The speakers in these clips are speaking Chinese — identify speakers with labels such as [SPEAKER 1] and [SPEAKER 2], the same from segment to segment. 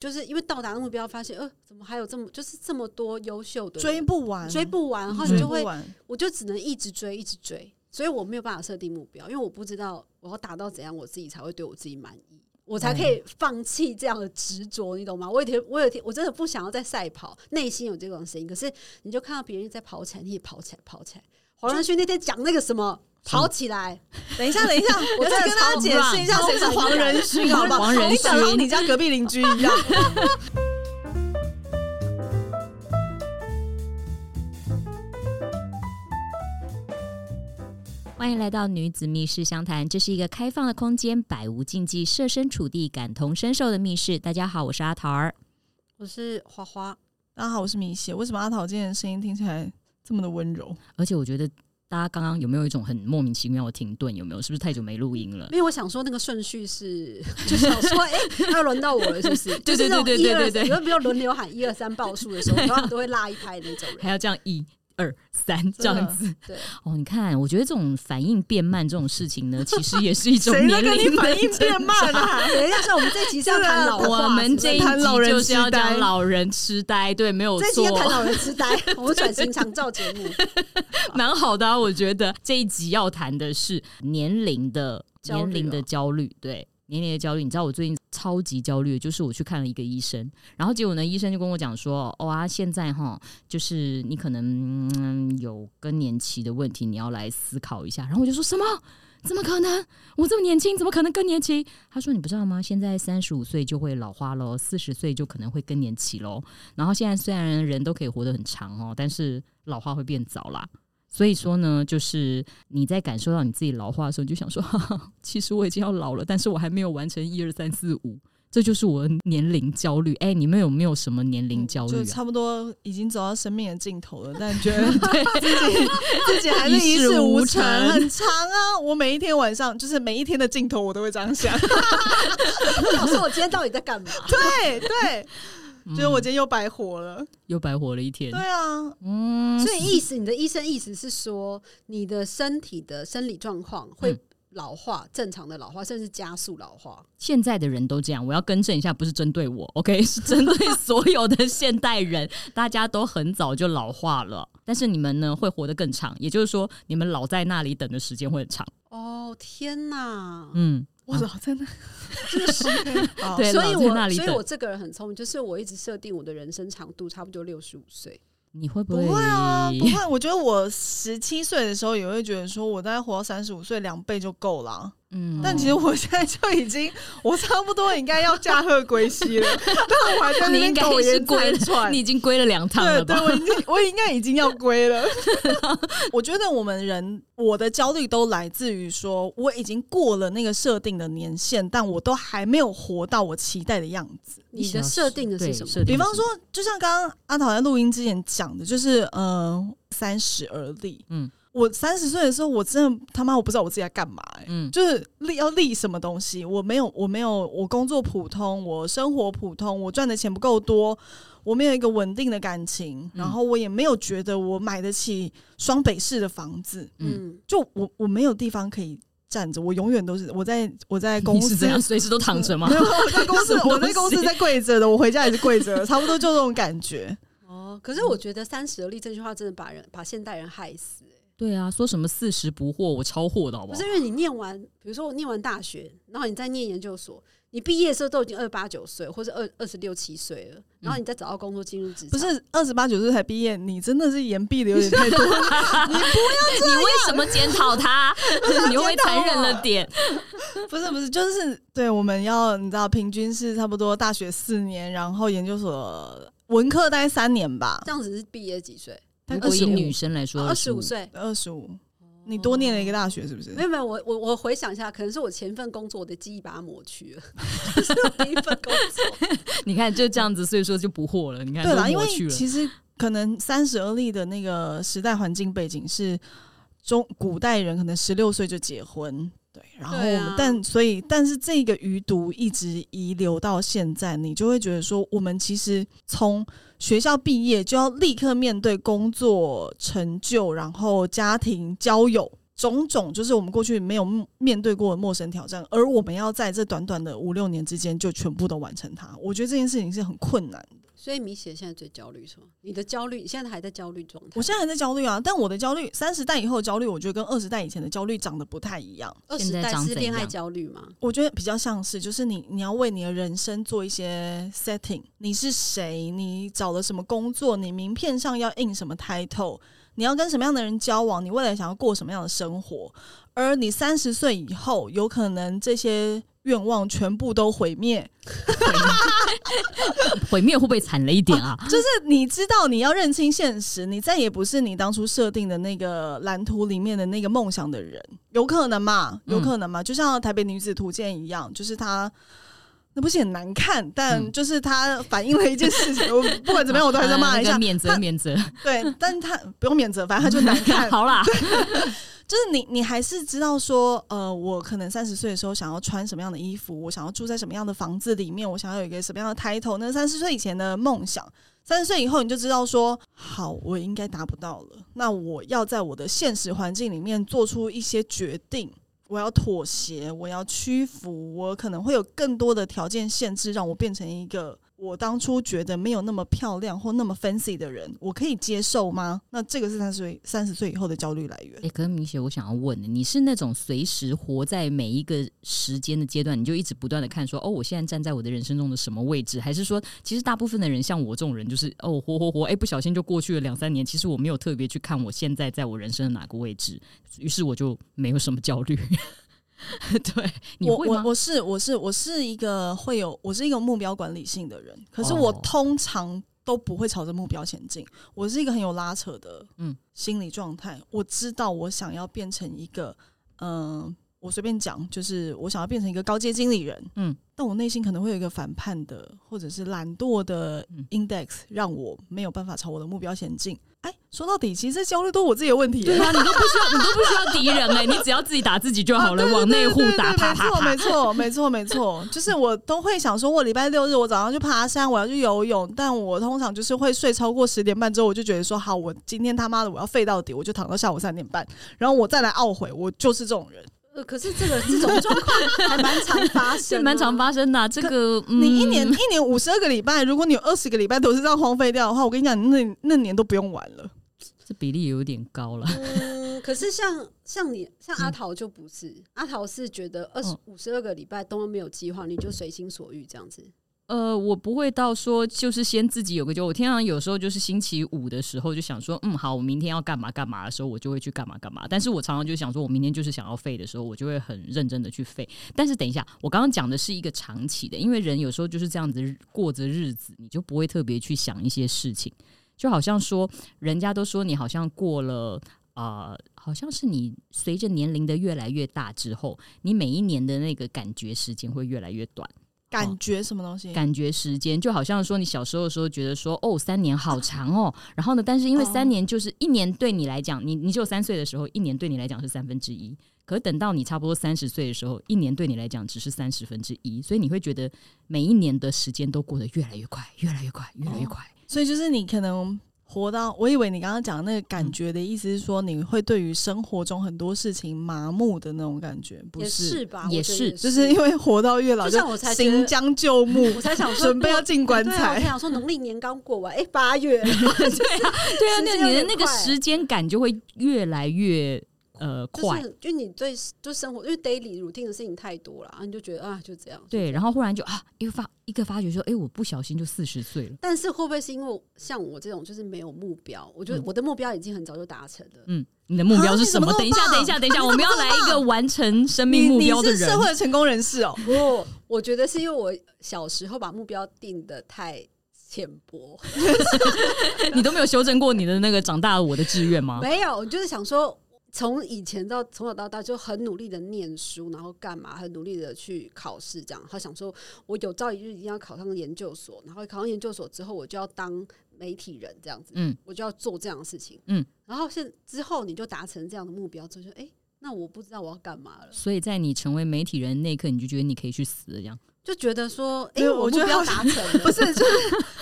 [SPEAKER 1] 就是因为到达目标，发现呃，怎么还有这么就是这么多优秀的人
[SPEAKER 2] 追不完，
[SPEAKER 1] 追不完，然后
[SPEAKER 2] 嗯追
[SPEAKER 1] 你就
[SPEAKER 2] 不
[SPEAKER 1] 会，
[SPEAKER 2] 完
[SPEAKER 1] 我就只能一直追，一直追，所以我没有办法设定目标，因为我不知道我要达到怎样，我自己才会对我自己满意，我才可
[SPEAKER 2] 嗯
[SPEAKER 1] 以放弃这样的执着，你懂吗？我有一天，我有一天，我真的不想要再赛跑，内心有这种声音，可是你就看到别人在跑起来，你也跑起来，跑起来。黄仁勋那天讲那个什么，跑起来，
[SPEAKER 2] 等一下， 等一下，我再跟大家解释一下谁是黄仁勋，好不好？
[SPEAKER 3] 黄仁
[SPEAKER 2] 你
[SPEAKER 3] 勋
[SPEAKER 2] 讲到你家隔壁邻居一 样。
[SPEAKER 3] 欢迎来到女子密室相谈，这是一个开放的空间，百无禁忌，设身处地、感同身受的密室。大家好，我是阿桃儿。
[SPEAKER 1] 我是花花，
[SPEAKER 2] 大家好，我是米雪。为什么阿桃今天的声音听起来这么的温柔？
[SPEAKER 3] 而且我觉得大家刚刚有没有一种很莫名其妙的停顿？有没有？是不是太久没录音了？
[SPEAKER 1] 因为我想说那个顺序是，就想说，哎、要轮到我了，是不是？
[SPEAKER 3] 对对对对对对对
[SPEAKER 1] 你们没有轮流喊一二三报数的时候，然后他们都会拉一拍的那种人。
[SPEAKER 3] 还要这样一二三这样子？
[SPEAKER 1] 对，
[SPEAKER 3] 哦，你看，我觉得这种反应变慢这种事情 呢，其实也是一种
[SPEAKER 2] 谁在
[SPEAKER 3] 年
[SPEAKER 2] 跟
[SPEAKER 3] 龄
[SPEAKER 2] 你
[SPEAKER 3] 的
[SPEAKER 2] 反应变慢啊？
[SPEAKER 1] 等一下，说我们这集是要谈老
[SPEAKER 2] 对啊
[SPEAKER 1] 话，
[SPEAKER 3] 我们
[SPEAKER 1] 是
[SPEAKER 3] 这
[SPEAKER 1] 不
[SPEAKER 3] 一
[SPEAKER 1] 是
[SPEAKER 2] 谈老
[SPEAKER 3] 集
[SPEAKER 2] 人
[SPEAKER 3] 就是要
[SPEAKER 2] 痴呆
[SPEAKER 3] 讲老人痴呆，对，没有
[SPEAKER 1] 这集要谈
[SPEAKER 3] 错，
[SPEAKER 1] 老人痴呆，我们转型长照节目，
[SPEAKER 3] 蛮好的、啊。我觉得这一集要谈的是年龄的
[SPEAKER 1] 焦虑哦
[SPEAKER 3] 年龄的焦虑，对。年龄的焦虑，你知道我最近超级焦虑，就是我去看了一个医生，然后结果呢，医生就跟我讲说，哦啊，现在哈，就是你可能、嗯有更年期的问题，你要来思考一下。然后我就说什么？怎么可能？我这么年轻，怎么可能更年期？他说：“你不知道吗？现在三十五岁就会老花喽，四十岁就可能会更年期喽。然后现在虽然人都可以活得很长哦，但是老化会变早啦。所以说呢，就是你在感受到你自己老化的时候，你就想说， 哈哈，其实我已经要老了，但是我还没有完成一二三四五，这就是我的年龄焦虑。哎，你们有没有什么年龄焦
[SPEAKER 2] 嗯
[SPEAKER 3] 虑
[SPEAKER 2] 就
[SPEAKER 3] 啊？
[SPEAKER 2] 差不多已经走到生命的尽头了，但觉 得自己自己还是一
[SPEAKER 3] 一事
[SPEAKER 2] 事
[SPEAKER 3] 无
[SPEAKER 2] 无
[SPEAKER 3] 成
[SPEAKER 2] 成，很长啊。我每一天晚上，就是每一天的尽头，我都会这样 想。
[SPEAKER 1] 我想说我今天到底在干嘛？
[SPEAKER 2] 对对，
[SPEAKER 3] 嗯
[SPEAKER 2] 觉得我今天又白活了。
[SPEAKER 3] 又白活了一天
[SPEAKER 2] 对。啊，
[SPEAKER 3] 嗯，
[SPEAKER 1] 所以意思，你的医生意思是说，你的身体的生理状况会
[SPEAKER 3] 嗯
[SPEAKER 1] 老化，正常的老化，甚至加速老化。
[SPEAKER 3] 现在的人都这样，我要更正一下，不是针对我，OK，是 针对所有的现代人，大家都很早就老化了，但是你们呢会活得更长，也就是说，你们老在那里等的时间会很长。
[SPEAKER 1] 哦天哪！
[SPEAKER 3] 嗯，
[SPEAKER 2] 我老在 那，这个时间好
[SPEAKER 3] 对
[SPEAKER 1] 所以
[SPEAKER 3] 老
[SPEAKER 1] 我
[SPEAKER 3] 在那里
[SPEAKER 1] 所以
[SPEAKER 3] 等
[SPEAKER 1] 我这个人很聪明，就是我一直设定我的人生长度差不多六十五岁。
[SPEAKER 3] 你会不
[SPEAKER 2] 不
[SPEAKER 3] 会？
[SPEAKER 2] 会啊，不会。我觉得我十七岁的时候也会觉得说，我大概活到三十五岁，两倍就够了。啊
[SPEAKER 3] 嗯
[SPEAKER 2] 但其实我现在就已经，我差不多应该要驾鹤归西了， 但我还在那
[SPEAKER 3] 你
[SPEAKER 2] 边
[SPEAKER 3] 应该
[SPEAKER 2] 苟
[SPEAKER 3] 是
[SPEAKER 2] 延
[SPEAKER 3] 归
[SPEAKER 2] 残
[SPEAKER 3] 了，
[SPEAKER 2] 喘
[SPEAKER 3] 哦你。已经归了两趟
[SPEAKER 2] 对
[SPEAKER 3] 了
[SPEAKER 2] 对，
[SPEAKER 3] 吧？
[SPEAKER 2] 我已经我应该已经要归 了。我觉得我们人我的焦虑都来自于说，我已经过了那个设定的年限，但我都还没有活到我期待的样子。
[SPEAKER 1] 你的设定的是什么？
[SPEAKER 3] 对设定
[SPEAKER 2] 比
[SPEAKER 3] 的
[SPEAKER 2] 方
[SPEAKER 3] 是
[SPEAKER 2] 说，就像刚刚阿桃在录音之前讲的，就是呃，三十而立。
[SPEAKER 3] 嗯
[SPEAKER 2] 嗯，我三十岁的时候，我真的他妈我不知道我自己在干嘛、欸，
[SPEAKER 3] 嗯
[SPEAKER 2] 就是立要立什么东西，我没有，我没有，我工作普通，我生活普通，我赚的钱不够多，我没有一个稳定的感情，
[SPEAKER 3] 嗯
[SPEAKER 2] 然后我也没有觉得我买得起双北市的房子，
[SPEAKER 1] 嗯，
[SPEAKER 2] 就我我没有地方可以站着，我永远都是我在我在公
[SPEAKER 3] 你是
[SPEAKER 2] 司
[SPEAKER 3] 怎。样随时都躺着吗
[SPEAKER 2] 没？有，我 在公
[SPEAKER 3] 什
[SPEAKER 2] 司，
[SPEAKER 3] 么
[SPEAKER 2] 我
[SPEAKER 3] 东西
[SPEAKER 2] 在公司在跪着的，我回家也是跪着的，差不多就这种感觉。
[SPEAKER 1] 哦，可是我觉得“三十而立”这句话真的把人把现代人害死、欸
[SPEAKER 3] 对啊，说什么四十不惑，我超惑的好不
[SPEAKER 1] 不
[SPEAKER 3] 好
[SPEAKER 1] 是？因为你念完，比如说我念完大学，然后你再念研究所，你毕业的时候都已经二八九岁或者二二十六七岁了，然
[SPEAKER 3] 嗯
[SPEAKER 1] 后你再找到工作进入职场，
[SPEAKER 2] 不是二十八九岁才毕业，你真的是延毕的有 点太多了。
[SPEAKER 3] 你为什么检讨他？你会不会残忍了点？
[SPEAKER 2] 不是不是，就是对，我们要你知道，平均是差不多大学四年，然后研究所文科大概三年吧，
[SPEAKER 1] 这样子是毕业几岁？啊
[SPEAKER 3] 如
[SPEAKER 2] 但
[SPEAKER 3] 果以
[SPEAKER 2] 25
[SPEAKER 3] 女生来说，
[SPEAKER 1] 二十五岁。
[SPEAKER 2] 二十五，你多念了一个大学是不是？
[SPEAKER 1] 没有没有，我我我回想一下，可能是我前一份工作我的记忆把它抹去了， 就是我第一份工作。
[SPEAKER 3] 你看就这样子，所以说就不惑了。你看，
[SPEAKER 2] 对啦，
[SPEAKER 3] 都
[SPEAKER 2] 因
[SPEAKER 3] 抹去
[SPEAKER 2] 为
[SPEAKER 3] 了
[SPEAKER 2] 其实可能三十而立的那个时代环境背景是中古代人可能十六岁就结婚。对，然后我
[SPEAKER 1] 对
[SPEAKER 2] 们、
[SPEAKER 1] 啊
[SPEAKER 2] 但所以但是这个余毒一直遗留到现在，你就会觉得说，我们其实从学校毕业就要立刻面对工作成就，然后家庭交友种种就是我们过去没有面对过的陌生挑战，而我们要在这短短的五六年之间就全部都完成它，我觉得这件事情是很困难的。
[SPEAKER 1] 所以米雪现在最焦虑是吗？你的焦虑，你现在还在焦虑状态？
[SPEAKER 2] 我现在还在焦虑啊，但我的焦虑，三十代以后的焦虑，我觉得跟二十代以前的焦虑长得不太一样。
[SPEAKER 1] 二
[SPEAKER 3] 现
[SPEAKER 1] 十
[SPEAKER 3] 在
[SPEAKER 1] 代
[SPEAKER 3] 长
[SPEAKER 1] 是
[SPEAKER 3] 怎
[SPEAKER 1] 恋爱
[SPEAKER 3] 样
[SPEAKER 1] 焦虑吗？
[SPEAKER 2] 我觉得比较像是，就是你你要为你的人生做一些 setting，你是谁，你找了什么工作，你名片上要印什么 title，你要跟什么样的人交往，你未来想要过什么样的生活。而你三十岁以后，有可能这些愿望全部都毁灭。
[SPEAKER 3] 毁灭会不会惨了一点啊？
[SPEAKER 2] 就是 你知道你要认清现实，你再也不是你当初设定的那个蓝图里面的那个梦想的人，有可能嘛？
[SPEAKER 3] 嗯
[SPEAKER 2] 有可能嘛？就像《台北女子图鉴》一样，就是她那部戏很难看，但
[SPEAKER 3] 嗯
[SPEAKER 2] 就是它反映了一件事情。我不管怎么样，我都还是要骂一
[SPEAKER 3] 啊那
[SPEAKER 2] 下
[SPEAKER 3] 个。免责免责，。
[SPEAKER 2] 对，但她不用免责，反正她就难看
[SPEAKER 3] 好啦，
[SPEAKER 2] 就是你，你还是知道说，呃，我可能三十岁的时候想要穿什么样的衣服，我想要住在什么样的房子里面，我想要有一个什么样的 title，那三十岁以前的梦想，三十岁以后你就知道说，好，我应该达不到了，那我要在我的现实环境里面做出一些决定，我要妥协，我要屈服，我可能会有更多的条件限制，让我变成一个。我当初觉得没有那么漂亮或那么 fancy 的人，我可以接受吗？那这个是三十岁三十岁以后的焦虑来源
[SPEAKER 3] 哎、。可是明雪，我想要问，你是那种随时活在每一个时间的阶段，你就一直不断的看说，哦，我现在站在我的人生中的什么位置？还是说，其实大部分的人像我这种人，就是哦，活活活，哎、不小心就过去了两三年，其实我没有特别去看我现在在我人生的哪个位置，于是我就没有什么焦虑。 对，你
[SPEAKER 2] 我
[SPEAKER 3] 会
[SPEAKER 2] 我
[SPEAKER 3] 吗？
[SPEAKER 2] 我是我是我是一个会有我是一个目标管理性的人，可是
[SPEAKER 3] 哦
[SPEAKER 2] 我通常都不会朝着目标前进。我是一个很有拉扯的
[SPEAKER 3] 嗯
[SPEAKER 2] 心理状态。我知道我想要变成一个嗯、呃我随便讲，就是我想要变成一个高阶经理人，
[SPEAKER 3] 嗯，
[SPEAKER 2] 但我内心可能会有一个反叛的或者是懒惰的
[SPEAKER 3] 嗯
[SPEAKER 2] index，让我没有办法朝我的目标前进。哎，说到底，其实这焦虑都是我自己的问题耶。
[SPEAKER 3] 对啊，你都不需要，你都不需要敌人哎、你只要自己打自己就好了，
[SPEAKER 2] 啊对
[SPEAKER 3] 往内互
[SPEAKER 2] 对对
[SPEAKER 3] 打，
[SPEAKER 2] 对
[SPEAKER 3] 啪啪啪。
[SPEAKER 2] 没错，没错，没错，没错，就是我都会想说，我礼拜六日我早上去爬山，我要去游泳，但我通常就是会睡超过十点半之后，我就觉得说，好，我今天他妈的我要废到底，我就躺到下午三点半，然后我再来懊悔，我就是这种人。
[SPEAKER 1] 呃，可是这个这种状 况还蛮常发生、
[SPEAKER 3] 是蛮常。发生的啊、这个、嗯、
[SPEAKER 2] 你一年一年五十二个礼拜，如果你有二十个礼拜都是这样荒废掉的话，我跟你讲，你那那年都不用玩了。
[SPEAKER 3] 这比例有点高了。
[SPEAKER 1] 嗯，可是像像你像
[SPEAKER 2] 嗯
[SPEAKER 1] 阿桃就不是，阿桃是觉得二十
[SPEAKER 3] 嗯
[SPEAKER 1] 五十二个礼拜都没有计划，你就随心所欲这样子。
[SPEAKER 3] 呃，我不会到说就是先自己有个就，我天常啊有时候就是星期五的时候就想说，嗯，好，我明天要干嘛干嘛的时候，我就会去干嘛干嘛。但是我常常就想说，我明天就是想要废的时候，我就会很认真的去废。但是等一下，我刚刚讲的是一个长期的，因为人有时候就是这样子过着日子，你就不会特别去想一些事情。就好像说，人家都说你好像过了。呃，好像是你随着年龄的越来越大之后，你每一年的那个感觉时间会越来越短。
[SPEAKER 2] 感觉什么东西？
[SPEAKER 3] 哦感觉时间，就好像说你小时候的时候觉得说哦三年好长哦，然后呢，但是因为
[SPEAKER 1] 哦
[SPEAKER 3] 三年就是一年对你来讲，你你只有三岁的时候，一年对你来讲是三分之一，可是等到你差不多三十岁的时候，一年对你来讲只是三十分之一，所以你会觉得每一年的时间都过得越来越快，越来越快，越
[SPEAKER 1] 哦
[SPEAKER 3] 来越快。
[SPEAKER 2] 所以就是你可能活到，我以为你刚刚讲的那个
[SPEAKER 3] 嗯
[SPEAKER 2] 感觉的意思是说，你会对于生活中很多事情麻木的那种感觉，不
[SPEAKER 1] 也
[SPEAKER 2] 是？
[SPEAKER 1] 是吧，
[SPEAKER 3] 也
[SPEAKER 1] 我觉得
[SPEAKER 3] 是
[SPEAKER 1] 也
[SPEAKER 2] 就是因为活到越老，
[SPEAKER 1] 就像我才觉得
[SPEAKER 2] 行将就木，
[SPEAKER 1] 我才想说
[SPEAKER 2] 准备要进棺
[SPEAKER 1] 对啊我才
[SPEAKER 2] 材。
[SPEAKER 1] 想说农历年刚过完，哎、八 月
[SPEAKER 3] 对啊，
[SPEAKER 1] 时间
[SPEAKER 3] 那你的
[SPEAKER 1] 有
[SPEAKER 3] 那
[SPEAKER 1] 点
[SPEAKER 3] 个
[SPEAKER 1] 快
[SPEAKER 3] 时间感就会越来越呃快
[SPEAKER 1] 就。是就你对就生活，因为 daily routine 的事情太多了，啊，你就觉得啊就这样。
[SPEAKER 3] 对，然后忽然就啊，一个发一个发觉说，哎、我不小心就四十岁了。
[SPEAKER 1] 但是会不会是因为像我这种就是没有目标？我觉得
[SPEAKER 3] 嗯
[SPEAKER 1] 我的目标已经很早就达成了。
[SPEAKER 3] 嗯，你的目标
[SPEAKER 2] 啊你
[SPEAKER 3] 是什
[SPEAKER 2] 怎么
[SPEAKER 3] 等
[SPEAKER 2] 那
[SPEAKER 3] 一
[SPEAKER 2] 么
[SPEAKER 3] 下，
[SPEAKER 2] 棒
[SPEAKER 3] 等一下，等一下，
[SPEAKER 2] 你
[SPEAKER 3] 我们
[SPEAKER 2] 怎
[SPEAKER 3] 要
[SPEAKER 2] 么
[SPEAKER 3] 来
[SPEAKER 2] 那么
[SPEAKER 3] 一个
[SPEAKER 2] 棒
[SPEAKER 3] 完成 生
[SPEAKER 2] 你
[SPEAKER 3] 命目
[SPEAKER 2] 你
[SPEAKER 3] 标的
[SPEAKER 2] 是
[SPEAKER 3] 人
[SPEAKER 2] 社。会的成功人士哦，
[SPEAKER 1] 我我觉得是因为我小时候把目标定的太浅薄，
[SPEAKER 3] 你都没有修正过你的那个长大我的志愿吗？
[SPEAKER 1] 没有，我就是想说，从以前到从小到大就很努力的念书，然后干嘛，很努力的去考试，这样。他想说，我有朝一日一定要考上研究所，然后考上研究所之后，我就要当媒体人，这样子，
[SPEAKER 3] 嗯，
[SPEAKER 1] 我就要做这样的事情，
[SPEAKER 3] 嗯。
[SPEAKER 1] 然后现之后你就达成这样的目标之后，就哎、诶那我不知道我要干嘛了，
[SPEAKER 3] 所以在你成为媒体人那一刻，你就觉得你可以去死了，这样。
[SPEAKER 1] 就觉得说，哎、
[SPEAKER 2] 没有
[SPEAKER 1] 我
[SPEAKER 2] 我
[SPEAKER 1] 目
[SPEAKER 2] 觉得
[SPEAKER 1] 标
[SPEAKER 2] 好
[SPEAKER 1] 达成了，
[SPEAKER 2] 不是，就是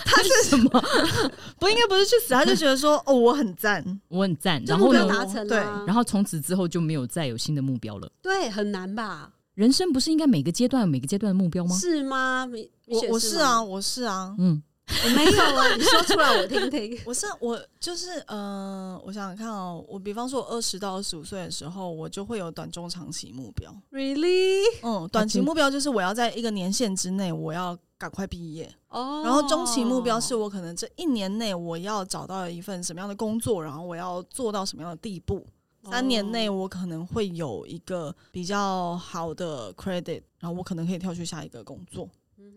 [SPEAKER 2] 他
[SPEAKER 3] 他是什么？
[SPEAKER 2] 不应该不是去死，他就觉得说哦，我很赞，
[SPEAKER 3] 我很赞。
[SPEAKER 1] 这
[SPEAKER 3] 然
[SPEAKER 1] 目
[SPEAKER 3] 后
[SPEAKER 1] 标
[SPEAKER 3] 呢
[SPEAKER 2] 就？
[SPEAKER 1] 达成了、啊，
[SPEAKER 3] 然后从此之后就没有再有新的目标了。
[SPEAKER 1] 对很难吧？
[SPEAKER 3] 人生不是应该每个阶段有每个阶段的目标吗？
[SPEAKER 1] 是吗？米米
[SPEAKER 2] 我
[SPEAKER 1] 雪
[SPEAKER 2] 我
[SPEAKER 1] 是
[SPEAKER 2] 是
[SPEAKER 1] 吗
[SPEAKER 2] 啊，，我是啊，
[SPEAKER 3] 嗯，
[SPEAKER 1] 我没有啊，你说出来我听听。
[SPEAKER 2] 我是我就是呃，我想想看哦，我比方说我二十到二十五岁的时候，我就会有短中长期目标。
[SPEAKER 1] Really？
[SPEAKER 2] 嗯，短期
[SPEAKER 3] 嗯
[SPEAKER 2] 目标就是我要在一个年限之内，我要赶快毕业。
[SPEAKER 1] 哦、
[SPEAKER 2] 然后中期目标是我可能这一年内我要找到一份什么样的工作，然后我要做到什么样的地步。三年内
[SPEAKER 1] 哦
[SPEAKER 2] 我可能会有一个比较好的 credit，然后我可能可以跳去下一个工作。
[SPEAKER 1] 嗯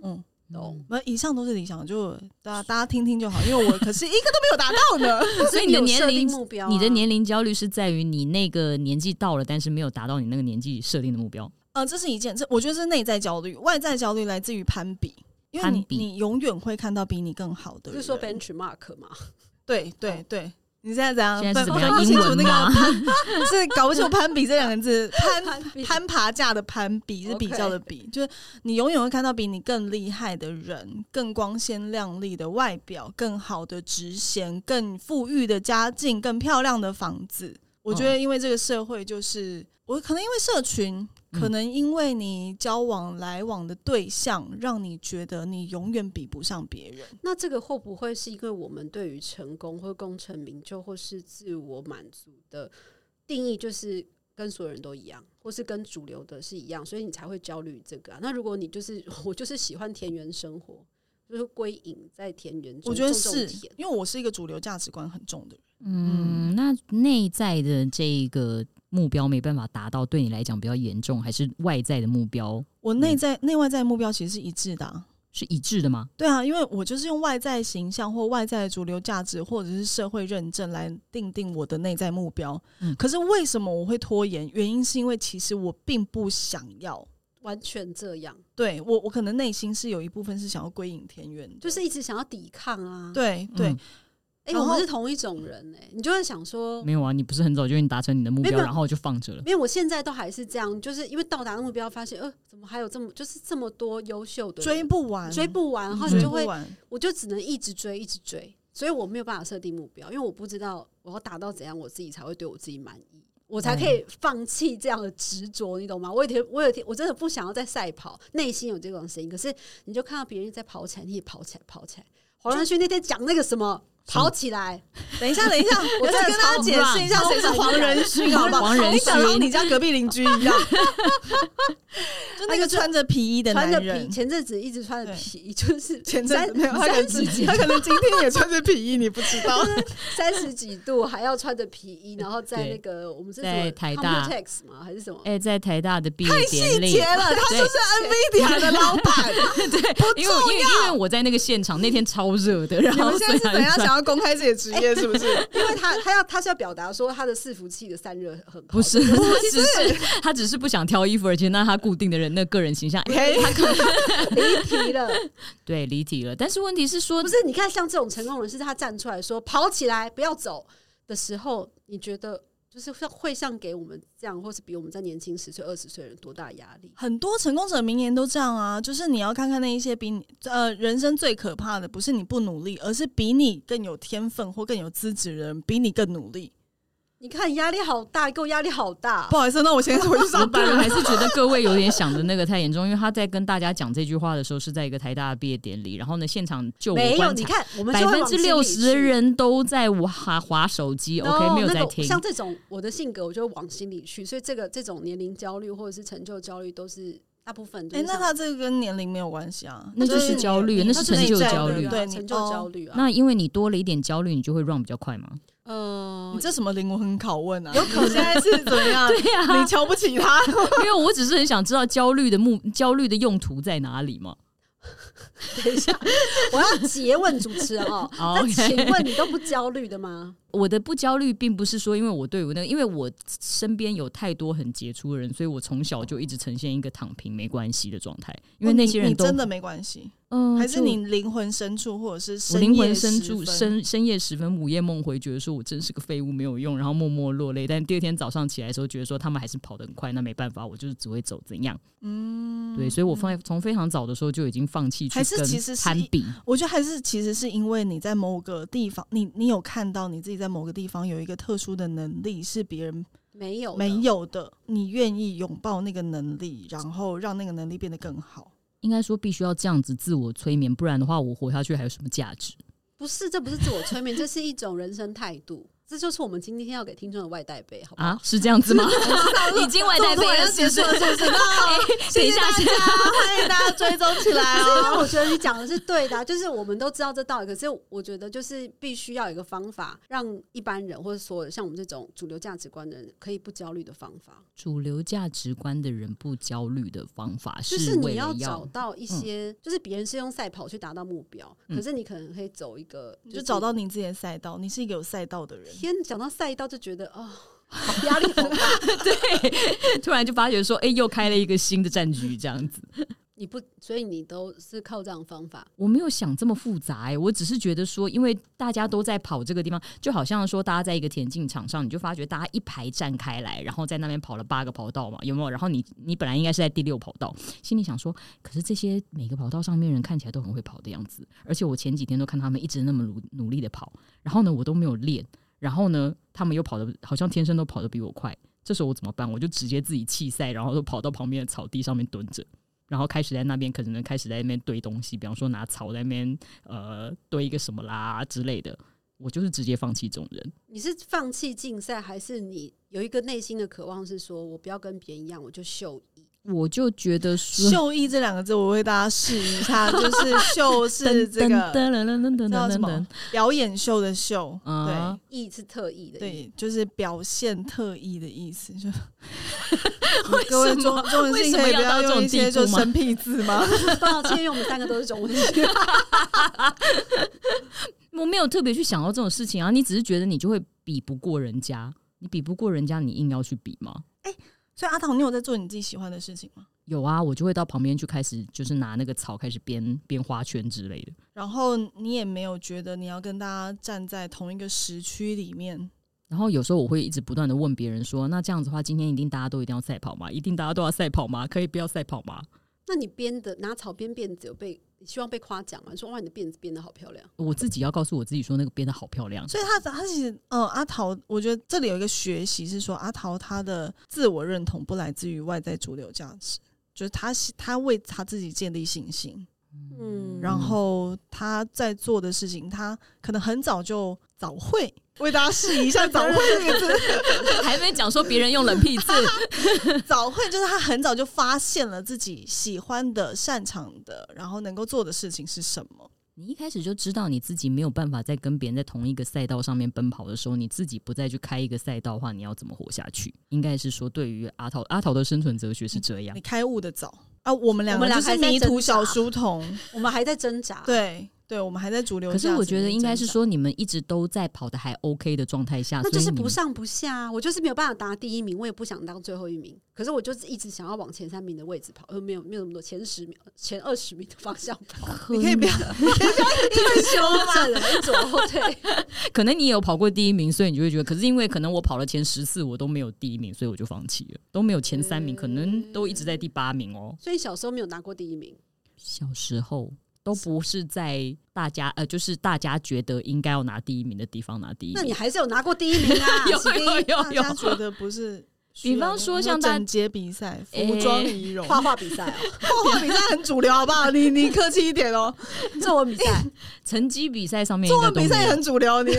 [SPEAKER 1] 哼
[SPEAKER 2] 嗯，
[SPEAKER 3] 哦
[SPEAKER 1] 懂
[SPEAKER 2] 那以上都是理想，就大家大家听听就好，因为我可是一个都没有达到呢。
[SPEAKER 3] 所以你的
[SPEAKER 1] 有
[SPEAKER 3] 年
[SPEAKER 1] 设定
[SPEAKER 3] 龄，
[SPEAKER 1] 目标啊、
[SPEAKER 3] 你的年龄焦虑是在于你那个年纪到了，但是没有达到你那个年纪设定的目标。
[SPEAKER 2] 呃，这是一件，这我觉得是内在焦虑，外在焦虑来自于攀比，因为
[SPEAKER 3] 攀
[SPEAKER 2] 你
[SPEAKER 3] 比
[SPEAKER 2] 你永远会看到比你更好的
[SPEAKER 1] 就
[SPEAKER 2] 人。
[SPEAKER 1] 是说 benchmark 嘛，
[SPEAKER 2] 对对对，你现在怎样？
[SPEAKER 3] 现在是怎么
[SPEAKER 2] 分呃不
[SPEAKER 3] 样？
[SPEAKER 2] 清
[SPEAKER 3] 英
[SPEAKER 2] 楚
[SPEAKER 3] 文
[SPEAKER 2] 那个
[SPEAKER 3] 吗？
[SPEAKER 2] 是搞不清楚“攀比”这两个字，攀
[SPEAKER 1] 攀比
[SPEAKER 2] 攀爬架的攀比是
[SPEAKER 1] OK
[SPEAKER 2] 比较的比，就是你永远会看到比你更厉害的人、更光鲜亮丽的外表、更好的职衔、更富裕的家境、更漂亮的房
[SPEAKER 1] 嗯
[SPEAKER 2] 子。我觉得，因为这个社会就是我可能因为社群，
[SPEAKER 3] 嗯
[SPEAKER 2] 可能因为你交往来往的对象，让你觉得你永远比不上别人。
[SPEAKER 1] 那这个会不会是因为我们对于成功或功成名就或是自我满足的定义，就是跟所有人都一样，或是跟主流的是一样，所以你才会焦虑这个啊？那如果你就是我就是喜欢田园生活，就是归隐在田园中，
[SPEAKER 2] 我觉得
[SPEAKER 1] 种种
[SPEAKER 2] 是
[SPEAKER 1] 田
[SPEAKER 2] 因为我是一个主流价值观很重的人。
[SPEAKER 3] 嗯，那内在的这个目标没办法达到，对你来讲比较严重，还是外在的目标
[SPEAKER 2] 我
[SPEAKER 1] 嗯
[SPEAKER 2] 内在、内外在的目标其实是一致的、啊，
[SPEAKER 3] 是一致的吗？
[SPEAKER 2] 对啊，因为我就是用外在形象或外在的主流价值或者是社会认证来定定我的内在目标。
[SPEAKER 3] 嗯
[SPEAKER 2] 可是为什么我会拖延？原因是因为其实我并不想要。
[SPEAKER 1] 完全这样，
[SPEAKER 2] 对我，我可能内心是有一部分是想要归隐田园的，
[SPEAKER 1] 就是一直想要抵抗啊。，
[SPEAKER 2] 对对、
[SPEAKER 3] 嗯
[SPEAKER 1] 哎、
[SPEAKER 2] 然
[SPEAKER 1] 我们
[SPEAKER 2] 后
[SPEAKER 1] 是同一种人哎、你就会想说，
[SPEAKER 3] 没有啊，你不是很早就已经达成你的目
[SPEAKER 1] 没
[SPEAKER 3] 标，
[SPEAKER 1] 有
[SPEAKER 3] 然后就放着了。
[SPEAKER 1] 因为我现在都还是这样，就是因为到达目标，发现呃，怎么还有这么就是这么多优秀的
[SPEAKER 2] 追
[SPEAKER 1] 人
[SPEAKER 2] 不完，嗯
[SPEAKER 1] 追不完，然后你
[SPEAKER 2] 追
[SPEAKER 1] 就
[SPEAKER 2] 不
[SPEAKER 1] 会，
[SPEAKER 2] 完。
[SPEAKER 1] 我就只能一直追，一直追，所以我没有办法设定目标，因为我不知道我要达到怎样，我自己才会对我自己满意。我才可
[SPEAKER 2] 嗯
[SPEAKER 1] 以放弃这样的执着，你懂吗？我有一天，我有一天，我真的不想要再赛跑，内心有这种声音。可是你就看到别人在跑起来，你也跑起来，跑起来。黄仁勋那天讲那个什么，
[SPEAKER 3] 什么
[SPEAKER 1] 跑起来，
[SPEAKER 2] 等一下，等 一下，我再跟大家解释一下谁是黄仁勋，好不好？
[SPEAKER 3] 黄仁勋
[SPEAKER 2] 你讲到你家隔壁邻居 一样，就那个穿着皮衣的
[SPEAKER 1] 穿
[SPEAKER 2] 男
[SPEAKER 1] 着皮，
[SPEAKER 2] 人。
[SPEAKER 1] 前阵子一直穿着
[SPEAKER 2] 对
[SPEAKER 1] 皮，就是
[SPEAKER 2] 前阵子
[SPEAKER 1] 三
[SPEAKER 2] 没有，他可
[SPEAKER 1] 三
[SPEAKER 2] 能
[SPEAKER 1] 十几
[SPEAKER 2] 他可能今天也 穿着皮衣，你不知 道。
[SPEAKER 1] 三十几度还要穿着皮衣，然后在那个我们是什么
[SPEAKER 3] 在台大
[SPEAKER 1] Computex 吗？还是什么？
[SPEAKER 3] 哎、在台大的毕业典礼，
[SPEAKER 2] 结了，他就是 NVIDIA 的老板， 不
[SPEAKER 3] 因为因为因为我在那个现场那天超热的，然
[SPEAKER 2] 你
[SPEAKER 3] 后
[SPEAKER 2] 们现在是怎样想要公开自己的职业，是不 是？
[SPEAKER 1] 因为他他要他是要表达说他的伺服器的散热很好，
[SPEAKER 3] 不是，
[SPEAKER 2] 哦
[SPEAKER 3] 他只是他只是不想挑衣服，而且那他固定的人那个人形象，
[SPEAKER 2] OK
[SPEAKER 3] 他可能
[SPEAKER 1] 离题了。
[SPEAKER 3] 对离题了。但是问题是说
[SPEAKER 1] 不，是，你看像这种成功人士，他站出来说跑起来不要走的时候，你觉得就是像会像给我们这样，或是比我们在年轻十岁、二十岁的人多大的压力？
[SPEAKER 2] 很多成功者名言都这样啊，就是你要看看那一些比你呃人生最可怕的，不是你不努力，而是比你更有天分或更有资质的人比你更努力。
[SPEAKER 1] 你看压力好大，给我压力好大
[SPEAKER 2] 不。好意思，那我先回去
[SPEAKER 3] 我
[SPEAKER 2] 上
[SPEAKER 3] 个
[SPEAKER 2] 班
[SPEAKER 3] 人
[SPEAKER 2] 了
[SPEAKER 3] 还。是觉得各位有点想的那个太严重，因为他在跟大家讲这句话的时候是在一个台大的毕业典礼，然后呢现场就我
[SPEAKER 1] 没有，
[SPEAKER 3] 观
[SPEAKER 1] 你
[SPEAKER 3] 察。
[SPEAKER 1] 看我们
[SPEAKER 3] 百
[SPEAKER 1] 就会
[SPEAKER 3] 分
[SPEAKER 1] 往
[SPEAKER 3] 之
[SPEAKER 1] 心里
[SPEAKER 3] 六十的
[SPEAKER 1] 去
[SPEAKER 3] 人都在滑滑手机
[SPEAKER 1] No，
[SPEAKER 3] ，OK，没有
[SPEAKER 1] 那
[SPEAKER 3] 在
[SPEAKER 1] 种
[SPEAKER 3] 听。
[SPEAKER 1] 像这种我的性格，我就会往心里去，所以这个这种年龄焦虑或者是成就焦虑，都是大部分就
[SPEAKER 2] 哎、
[SPEAKER 1] 是
[SPEAKER 2] 那
[SPEAKER 1] 像。
[SPEAKER 2] 他这个跟年龄没有关系啊，
[SPEAKER 3] 那就是
[SPEAKER 2] 你
[SPEAKER 3] 焦虑
[SPEAKER 2] 你
[SPEAKER 3] 那是
[SPEAKER 2] 内
[SPEAKER 3] 成就
[SPEAKER 2] 在的
[SPEAKER 3] 焦虑啊
[SPEAKER 2] 对，你
[SPEAKER 1] 成就焦。虑啊。
[SPEAKER 3] 那因为你多了一点焦虑，你就会 run 比较快嘛。
[SPEAKER 2] 哦
[SPEAKER 1] 呃
[SPEAKER 2] 你，这什么灵魂拷问啊？
[SPEAKER 1] 有可能
[SPEAKER 2] 现在是怎么样？
[SPEAKER 3] 对呀、
[SPEAKER 1] 啊
[SPEAKER 2] 你瞧不起他？
[SPEAKER 3] 因为我只是很想知道焦虑的目焦虑的用途在哪里嘛。。
[SPEAKER 1] 等一下，我要诘问主持人哦
[SPEAKER 3] 好
[SPEAKER 1] 那请
[SPEAKER 3] OK
[SPEAKER 1] 问你都不焦虑的吗？
[SPEAKER 3] 我的不焦虑，并不是说因为我对我那个，因为我身边有太多很杰出的人，所以我从小就一直呈现一个躺平没关系的状态。因为那些人
[SPEAKER 2] 你
[SPEAKER 3] 都
[SPEAKER 2] 真的没关系，
[SPEAKER 3] 嗯，
[SPEAKER 2] 还是
[SPEAKER 3] 就
[SPEAKER 2] 你灵魂深处，或者是
[SPEAKER 3] 我
[SPEAKER 2] 深
[SPEAKER 3] 灵魂
[SPEAKER 2] 夜
[SPEAKER 3] 深
[SPEAKER 2] 时
[SPEAKER 3] 处
[SPEAKER 2] 分
[SPEAKER 3] 深深夜时分，午夜梦回，觉得说我真是个废物，没有用，然后默默落泪。但第二天早上起来的时候，觉得说他们还是跑得很快，那没办法，我就是只会走怎样。嗯，对，所以我放在从非常早的时候就已经放弃去
[SPEAKER 2] 还是
[SPEAKER 3] 跟
[SPEAKER 2] 其实是
[SPEAKER 3] 攀
[SPEAKER 2] 一
[SPEAKER 3] 比，
[SPEAKER 2] 我觉得还是其实是因为你在某个地方，你你有看到你自己在某个地方有一个特殊的能力，是别人
[SPEAKER 1] 没有的
[SPEAKER 2] 没有的，你愿意拥抱那个能力，然后让那个能力变得更好。
[SPEAKER 3] 应该说必须要这样子自我催眠，不然的话我活下去还有什么价值？
[SPEAKER 1] 不是，这不是自我催眠，这是一种人生态度。这就是我们今天要给听众的外带杯，好不好？
[SPEAKER 2] 哦
[SPEAKER 3] 啊，是这样 子吗？ 已经外带
[SPEAKER 2] 这么突
[SPEAKER 3] 杯
[SPEAKER 2] 然
[SPEAKER 3] 了，
[SPEAKER 2] 就是
[SPEAKER 3] 不
[SPEAKER 2] 结
[SPEAKER 3] 是
[SPEAKER 2] 束？了，是不是？
[SPEAKER 3] 等一下，
[SPEAKER 2] 谢谢大家，欢迎大家追踪起来
[SPEAKER 1] 可是因
[SPEAKER 2] 哦。
[SPEAKER 1] 为我觉得你讲的是对的啊、就是我们都知道这道理，可是我觉得就是必须要有一个方法，让一般人或者所有像我们这种主流价值观的人可以不焦虑的方法，
[SPEAKER 3] 主流价值观的人不焦虑的方法
[SPEAKER 1] 就是
[SPEAKER 3] 为
[SPEAKER 1] 你
[SPEAKER 3] 了
[SPEAKER 1] 找到一些，就是别人是用赛跑去达到目标，
[SPEAKER 3] 嗯
[SPEAKER 1] 可是你可能可以走一个，
[SPEAKER 2] 你就找到你自己的赛道，你是一个有赛道的人。
[SPEAKER 1] 天讲到赛道就觉得哦，好压力好大。
[SPEAKER 3] 突然就发觉说，哎、又开了一个新的战局，这样子。
[SPEAKER 1] 你不，所以你都是靠这样的方法。
[SPEAKER 3] 我没有想这么复杂、欸，我只是觉得说，因为大家都在跑这个地方，就好像说大家在一个田径场上，你就发觉大家一排站开来，然后在那边跑了八个跑道嘛，有没有？然后你你本来应该是在第六跑道，心里想说，可是这些每个跑道上面人看起来都很会跑的样子，而且我前几天都看他们一直那么努努力的跑，然后呢，我都没有练，然后呢，他们又跑的好像天生都跑得比我快，这时候我怎么办？我就直接自己弃赛，然后就跑到旁边的草地上面蹲着。然后开始在那边可能开始在那边堆东西，比方说拿草在那边呃堆一个什么啦之类的。我就是直接放弃这种人，
[SPEAKER 1] 你是放弃竞赛，还是你有一个内心的渴望，是说我不要跟别人一样，我就秀一？
[SPEAKER 3] 我就觉得说
[SPEAKER 2] 秀艺这两个字，我为大家试一下，就是秀是这个
[SPEAKER 3] 噔噔噔噔噔
[SPEAKER 2] 叫什
[SPEAKER 3] 噔
[SPEAKER 2] 么
[SPEAKER 3] 噔
[SPEAKER 2] 表演秀的秀，对。
[SPEAKER 3] 啊
[SPEAKER 1] 意是特意的意，
[SPEAKER 2] 对，就是表现特意的意思， 就各位中中文
[SPEAKER 3] 为
[SPEAKER 2] 系
[SPEAKER 3] 什
[SPEAKER 2] 可
[SPEAKER 3] 么
[SPEAKER 2] 以
[SPEAKER 3] 要
[SPEAKER 2] 不
[SPEAKER 3] 到
[SPEAKER 2] 要
[SPEAKER 3] 这种
[SPEAKER 2] 用一些
[SPEAKER 3] 地步
[SPEAKER 2] 就
[SPEAKER 3] 吗
[SPEAKER 2] 生僻字 吗？
[SPEAKER 1] 抱歉，因为我们三个都是中文系，
[SPEAKER 3] 我没有特别去想到这种事情啊，你只是觉得你就会比不过人家，你比不过人家，你硬要去比吗？
[SPEAKER 2] 所以阿唐，你有在做你自己喜欢的事情吗？
[SPEAKER 3] 有啊，我就会到旁边去开始，就是拿那个草开始编编花圈之类的。
[SPEAKER 2] 然后你也没有觉得你要跟大家站在同一个时区里面，
[SPEAKER 3] 然后有时候我会一直不断的问别人说，那这样子的话，今天一定大家都一定要赛跑吗？一定大家都要赛跑吗？可以不要赛跑吗？
[SPEAKER 1] 那你编的拿草编辫子有被你希望被夸奖吗？你说哇，你的辫子编的好漂亮，
[SPEAKER 3] 我自己要告诉我自己说，那个编的好漂亮。
[SPEAKER 2] 所以他他其实呃阿桃，我觉得这里有一个学习是说阿桃他的自我认同不来自于外在主流价值，就是他喜他为他自己建立信心，
[SPEAKER 1] 嗯，
[SPEAKER 2] 然后他在做的事情，他可能很早就早会，为大家试一下早会这个字。
[SPEAKER 3] 还没讲说别人用冷僻字，
[SPEAKER 2] 早会就是他很早就发现了自己喜欢的、擅长的，然后能够做的事情是什么。
[SPEAKER 3] 你一开始就知道你自己没有办法在跟别人在同一个赛道上面奔跑的时候，你自己不再去开一个赛道的话，你要怎么活下去？应该是说，对于阿桃阿桃的生存哲学是这样
[SPEAKER 2] 你。开悟的早啊，我们两
[SPEAKER 1] 我
[SPEAKER 2] 个
[SPEAKER 1] 们俩
[SPEAKER 2] 就是
[SPEAKER 1] 还在
[SPEAKER 2] 迷途
[SPEAKER 1] 挣扎
[SPEAKER 2] 小书童，
[SPEAKER 1] 我们还在挣扎，，
[SPEAKER 2] 对对，我们还在主流价
[SPEAKER 3] 可
[SPEAKER 2] 值
[SPEAKER 3] 是
[SPEAKER 2] 里面挣扎。
[SPEAKER 3] 我觉得应该是说，你们一直都在跑的还 OK 的状态下，
[SPEAKER 1] 那就是
[SPEAKER 3] 啊所以你
[SPEAKER 1] 不
[SPEAKER 3] 们
[SPEAKER 1] 上不下啊。我就是没有办法拿第一名，我也不想当最后一名，可是我就是一直想要往前三名的位置跑，呃，没有没有那么多前十名、前二十名的方向 跑，
[SPEAKER 2] 你可以不要，
[SPEAKER 1] 一直修 正了，一直往后退。
[SPEAKER 3] 可能你也有跑过第一名，所以你就会觉得，可是因为可能我跑了前十次我都没有第一名，所以我就放弃了，都没有前三名，可能都一直在第八名哦。
[SPEAKER 1] 所以小时候没有拿过第一名，
[SPEAKER 3] 小时候都不是在大家呃，就是大家觉得应该要拿第一名的地方拿第一
[SPEAKER 1] 那你
[SPEAKER 3] 名。
[SPEAKER 1] 还是有拿过第一名 啊！
[SPEAKER 3] 有
[SPEAKER 1] 喜力
[SPEAKER 3] 有有
[SPEAKER 2] 大
[SPEAKER 3] 有
[SPEAKER 2] 家觉得不是需要的。
[SPEAKER 3] 比方说
[SPEAKER 2] 我们
[SPEAKER 3] 像大
[SPEAKER 2] 整洁比赛、
[SPEAKER 3] 哎
[SPEAKER 2] 服装 仪容、
[SPEAKER 1] 画画比赛哦，
[SPEAKER 2] 画画比赛很主流，好不好？你你客气一点哦。
[SPEAKER 1] 作文比赛，
[SPEAKER 3] 成绩比赛上面应
[SPEAKER 2] 作
[SPEAKER 3] 该
[SPEAKER 2] 文
[SPEAKER 3] 都
[SPEAKER 2] 比赛
[SPEAKER 3] 没
[SPEAKER 2] 也
[SPEAKER 3] 有
[SPEAKER 2] 很，主流，你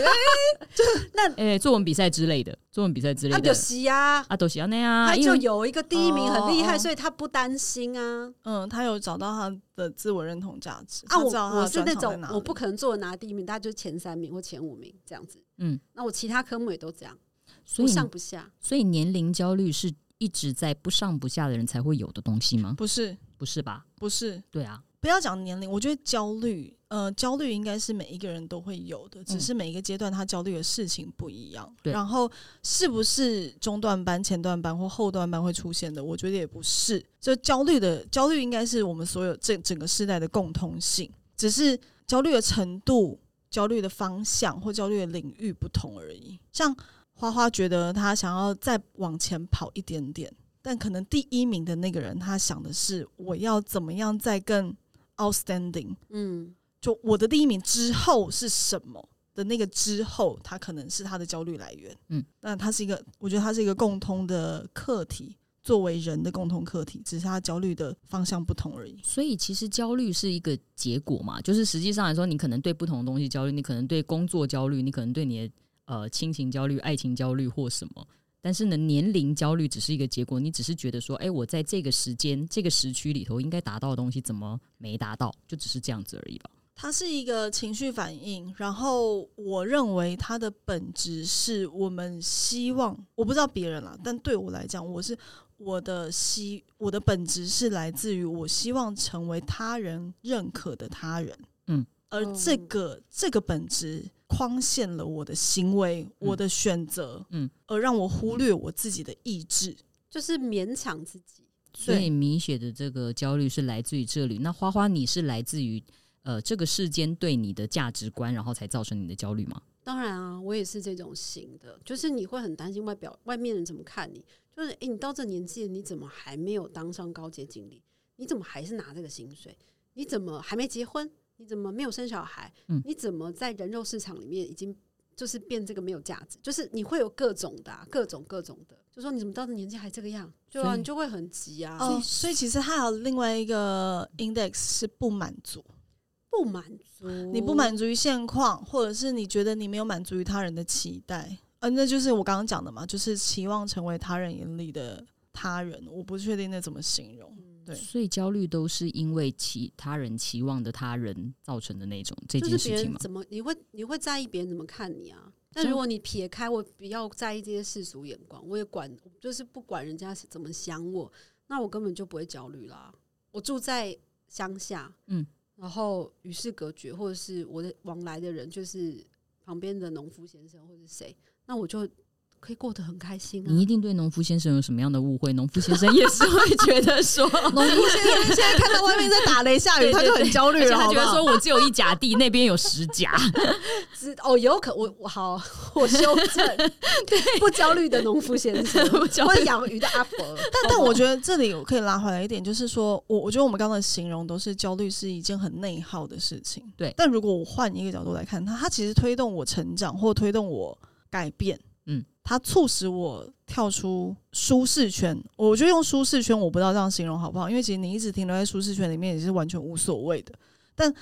[SPEAKER 1] 那
[SPEAKER 3] 哎、作文比赛之类的，作文比赛之类
[SPEAKER 1] 他
[SPEAKER 3] 的
[SPEAKER 1] 就，是呀，
[SPEAKER 3] 啊，都喜欢那样啊，
[SPEAKER 1] 他
[SPEAKER 3] 因
[SPEAKER 1] 就
[SPEAKER 3] 为
[SPEAKER 1] 有一个第一名很厉
[SPEAKER 2] 哦
[SPEAKER 1] 害，
[SPEAKER 2] 哦
[SPEAKER 1] 所以他不担心啊。
[SPEAKER 2] 嗯，他有找到他的自我认同价值
[SPEAKER 1] 啊，
[SPEAKER 2] 他
[SPEAKER 1] 我
[SPEAKER 2] 知道他
[SPEAKER 1] 我
[SPEAKER 2] 的
[SPEAKER 1] 是那
[SPEAKER 2] 专长在
[SPEAKER 1] 种
[SPEAKER 2] 哪
[SPEAKER 1] 我不
[SPEAKER 2] 里
[SPEAKER 1] 可能作文拿第一名，大概就是前三名或前五名这样子。
[SPEAKER 3] 嗯，
[SPEAKER 1] 那我其他科目也都这样，
[SPEAKER 3] 所
[SPEAKER 1] 不
[SPEAKER 3] 以
[SPEAKER 1] 上不下。
[SPEAKER 3] 所以年龄焦虑是一直在不上不下的人才会有的东西吗？
[SPEAKER 2] 不是
[SPEAKER 3] 不是吧？
[SPEAKER 2] 不是，
[SPEAKER 3] 对啊，
[SPEAKER 2] 不要讲年龄，我觉得焦虑，呃，焦虑应该是每一个人都会有的，只
[SPEAKER 3] 嗯
[SPEAKER 2] 是每一个阶段他焦虑的事情不一样。
[SPEAKER 3] 对
[SPEAKER 2] 然后是不是中段班、前段班或后段班会出现的？我觉得也不是，就焦虑的焦虑应该是我们所有这整个时代的共通性，只是焦虑的程度、焦虑的方向或焦虑的领域不同而已。像花花觉得他想要再往前跑一点点，但可能第一名的那个人，他想的是我要怎么样再更 outstanding，
[SPEAKER 1] 嗯，
[SPEAKER 2] 就我的第一名之后是什么的那个之后，他可能是他的焦虑来源。
[SPEAKER 3] 嗯，
[SPEAKER 2] 但它是一个，我觉得它是一个共通的课题，作为人的共同课题，只是他焦虑的方向不同而已。
[SPEAKER 3] 所以其实焦虑是一个结果嘛，就是实际上来说，你可能对不同的东西焦虑，你可能对工作焦虑，你可能对你的呃亲情焦虑、爱情焦虑或什么。但是呢，年龄焦虑只是一个结果，你只是觉得说，哎、我在这个时间、这个时区里头应该达到的东西，怎么没达到？就只是这样子而已吧。
[SPEAKER 2] 它是一个情绪反应，然后我认为它的本质是我们希望，我不知道别人啦，但对我来讲，我是我的希，我的本质是来自于我希望成为他人认可的他人，
[SPEAKER 3] 嗯，
[SPEAKER 2] 而
[SPEAKER 1] 哦
[SPEAKER 2] 这个、这个本质框限了我的行为，我的选择，
[SPEAKER 3] 嗯，
[SPEAKER 2] 而让我忽略我自己的意志，
[SPEAKER 1] 就是勉强自己。
[SPEAKER 3] 所以米雪的这个焦虑是来自于这里。那花花，你是来自于呃这个世间对你的价值观，然后才造成你的焦虑吗？
[SPEAKER 1] 当然啊，我也是这种型的，就是你会很担心外表外面人怎么看你，就是诶，你到这年纪了，你怎么还没有当上高阶经理？你怎么还是拿这个薪水？你怎么还没结婚？你怎么没有生小孩？
[SPEAKER 3] 嗯
[SPEAKER 1] 你怎么在人肉市场里面已经就是变这个没有价值？就是你会有各种的啊、各种各种的，就说你怎么到这年纪还这个样？对
[SPEAKER 3] 所
[SPEAKER 1] 啊，
[SPEAKER 3] 以
[SPEAKER 1] 你就会很急啊，
[SPEAKER 2] 哦，所以其实还有另外一个 index 是不满足。
[SPEAKER 1] 不满足，
[SPEAKER 2] 你不满足于现况，或者是你觉得你没有满足于他人的期待，呃，那就是我刚刚讲的嘛，就是期望成为他人眼里的他人，我不确定那怎么形容。
[SPEAKER 3] 嗯
[SPEAKER 2] 对
[SPEAKER 3] 所以焦虑都是因为其他人期望的他人造成的那种这
[SPEAKER 1] 就是
[SPEAKER 3] 件
[SPEAKER 1] 别
[SPEAKER 3] 事情
[SPEAKER 1] 人
[SPEAKER 3] 嘛。
[SPEAKER 1] 怎么你会你会在意别人怎么看你啊？但
[SPEAKER 3] 真
[SPEAKER 1] 如果你撇开我不要在意这些世俗眼光，我也管就是不管人家是怎么想我，那我根本就不会焦虑啦。我住在乡下，
[SPEAKER 3] 嗯，
[SPEAKER 1] 然后与世隔绝，或者是我的往来的人就是旁边的农夫先生或者谁，那我就可以过得很开心啊。
[SPEAKER 3] 你一定对农夫先生有什么样的误会？农夫先生也是会觉 得说，
[SPEAKER 2] 农夫先生现在看到外面在打雷下雨，
[SPEAKER 3] 对对
[SPEAKER 2] 他就很焦虑
[SPEAKER 3] 而且
[SPEAKER 2] 了，
[SPEAKER 3] 他
[SPEAKER 2] 好
[SPEAKER 3] 觉
[SPEAKER 2] 不
[SPEAKER 3] 得
[SPEAKER 2] 好
[SPEAKER 3] 说？我只有一甲地，那边有十甲。
[SPEAKER 1] 知哦，有可我我好，我修 正，不焦虑的农夫先生，
[SPEAKER 3] 不焦虑
[SPEAKER 1] 会养鱼的阿伯，
[SPEAKER 2] 但但我觉得这里我可以拉回来一点，就是说我我觉得我们刚刚的形容都是焦虑是一件很内耗的事情。
[SPEAKER 3] 对
[SPEAKER 2] 但如果我换一个角度来看它，它其实推动我成长或推动我改变，
[SPEAKER 3] 嗯，
[SPEAKER 2] 它促使我跳出舒适圈。我觉得用舒适圈，我不知道这样形容好不好，因为其实你一直停留在舒适圈里面也是完全无所谓的。但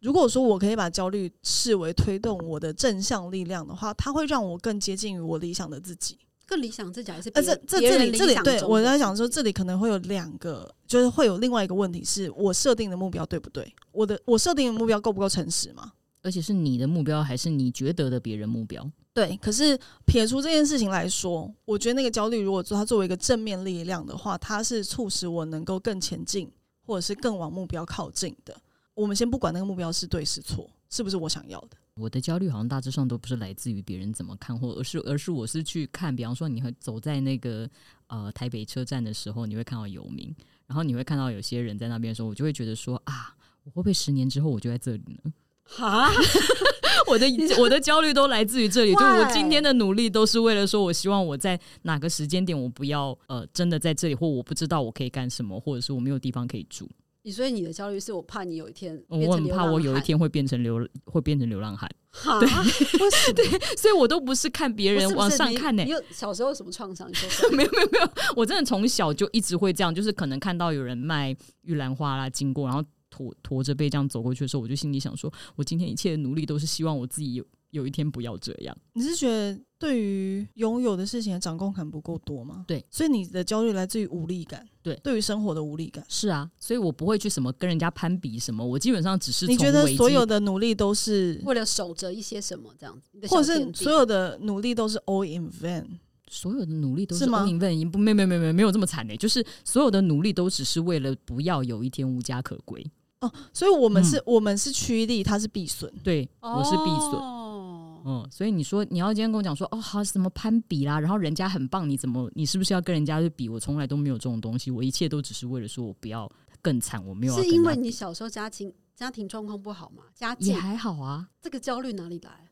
[SPEAKER 2] 如果说我可以把焦虑视为推动我的正向力量的话，它会让我更接近于我理想的自己。
[SPEAKER 1] 更理想自己还是
[SPEAKER 2] 呃，
[SPEAKER 1] 别
[SPEAKER 2] 这
[SPEAKER 1] 人
[SPEAKER 2] 这
[SPEAKER 1] 别
[SPEAKER 2] 这
[SPEAKER 1] 人
[SPEAKER 2] 里这里
[SPEAKER 1] 理想
[SPEAKER 2] 对
[SPEAKER 1] 中
[SPEAKER 2] 我
[SPEAKER 1] 的
[SPEAKER 2] 在
[SPEAKER 1] 自
[SPEAKER 2] 想说，
[SPEAKER 1] 己
[SPEAKER 2] 这里可能会有两个，就是会有另外一个问题是，我设定的目标对不对？我的我设定的目标够不够诚实嘛？
[SPEAKER 3] 而且是你的目标，还是你觉得的别人目标？
[SPEAKER 2] 对，可是撇除这件事情来说，我觉得那个焦虑，如果说它作为一个正面力量的话，它是促使我能够更前进，或者是更往目标靠近的。我们先不管那个目标是对是错，是不是我想要的。
[SPEAKER 3] 我的焦虑好像大致上都不是来自于别人怎么看，或而是而是我是去看，比方说你会走在那个呃台北车站的时候，你会看到游民，然后你会看到有些人在那边的时候，我就会觉得说啊，我会不会十年之后我就在这里呢？
[SPEAKER 1] 哈，
[SPEAKER 3] 我的我的焦虑都来自于 这里，就
[SPEAKER 1] Why？
[SPEAKER 3] 我今天的努力都是为了说，我希望我在哪个时间点，我不要呃真的在这里，或我不知道我可以干什么，或者是我没有地方可以住。
[SPEAKER 1] 你所以你的焦虑是我怕你有一天变
[SPEAKER 3] 我
[SPEAKER 1] 成
[SPEAKER 3] 很
[SPEAKER 1] 流
[SPEAKER 3] 怕
[SPEAKER 1] 浪汉
[SPEAKER 3] 我有一天会变成流会变成流浪汉，
[SPEAKER 1] 哈，为什么？
[SPEAKER 3] 所以我都不是看别
[SPEAKER 1] 不
[SPEAKER 3] 人
[SPEAKER 1] 是不
[SPEAKER 3] 往
[SPEAKER 1] 是
[SPEAKER 3] 上
[SPEAKER 1] 你
[SPEAKER 3] 看欸呢、
[SPEAKER 1] 你有小时候有什么创伤？你说说
[SPEAKER 3] 没有没有没有，我真的从小就一直会这样，就是可能看到有人卖玉兰花啦，经过然后驼驼着背这样走过去的时候，我就心里想说，我今天一切的努力都是希望我自己有有一天不要这样。
[SPEAKER 2] 你是觉得对于拥有的事情的掌控感不够多吗？
[SPEAKER 3] 对，
[SPEAKER 2] 所以你的焦虑来自于无力感，
[SPEAKER 3] 对
[SPEAKER 2] 对于生活的无力感。
[SPEAKER 3] 是啊，所以我不会去什么跟人家攀比什么，我基本上只是
[SPEAKER 2] 你
[SPEAKER 3] 从
[SPEAKER 2] 觉得
[SPEAKER 3] 危机
[SPEAKER 2] 所有的努力都是，
[SPEAKER 1] 为了守着一些什么这样子，你的小
[SPEAKER 2] 或者
[SPEAKER 1] 天
[SPEAKER 2] 是
[SPEAKER 1] 地
[SPEAKER 2] 所有的努力都是 all in vain？
[SPEAKER 3] 所有的努力都
[SPEAKER 2] 是
[SPEAKER 3] 是
[SPEAKER 2] 吗
[SPEAKER 3] 无影问影，不欸没有没有没有没有没有这么惨的、就是所有的努力都只是为了不要有一天无家可归。
[SPEAKER 2] 哦，所以我们是、我们是趋利，它是避损。
[SPEAKER 3] 对，我是闭锁。
[SPEAKER 1] 哦
[SPEAKER 3] 嗯，所以你说你要今天跟我讲说哦，好什么攀比啦，然后人家很棒，你怎么你是不是要跟人家去比？我从来都没有这种东西，我一切都只是为了说我不要更惨，我没有要啊
[SPEAKER 1] 是
[SPEAKER 3] 跟
[SPEAKER 1] 因
[SPEAKER 3] 他
[SPEAKER 1] 为
[SPEAKER 3] 比
[SPEAKER 1] 你小时候家庭家庭状况不好嘛？家
[SPEAKER 3] 也
[SPEAKER 1] 境
[SPEAKER 3] 还好啊，
[SPEAKER 1] 这个焦虑哪里来？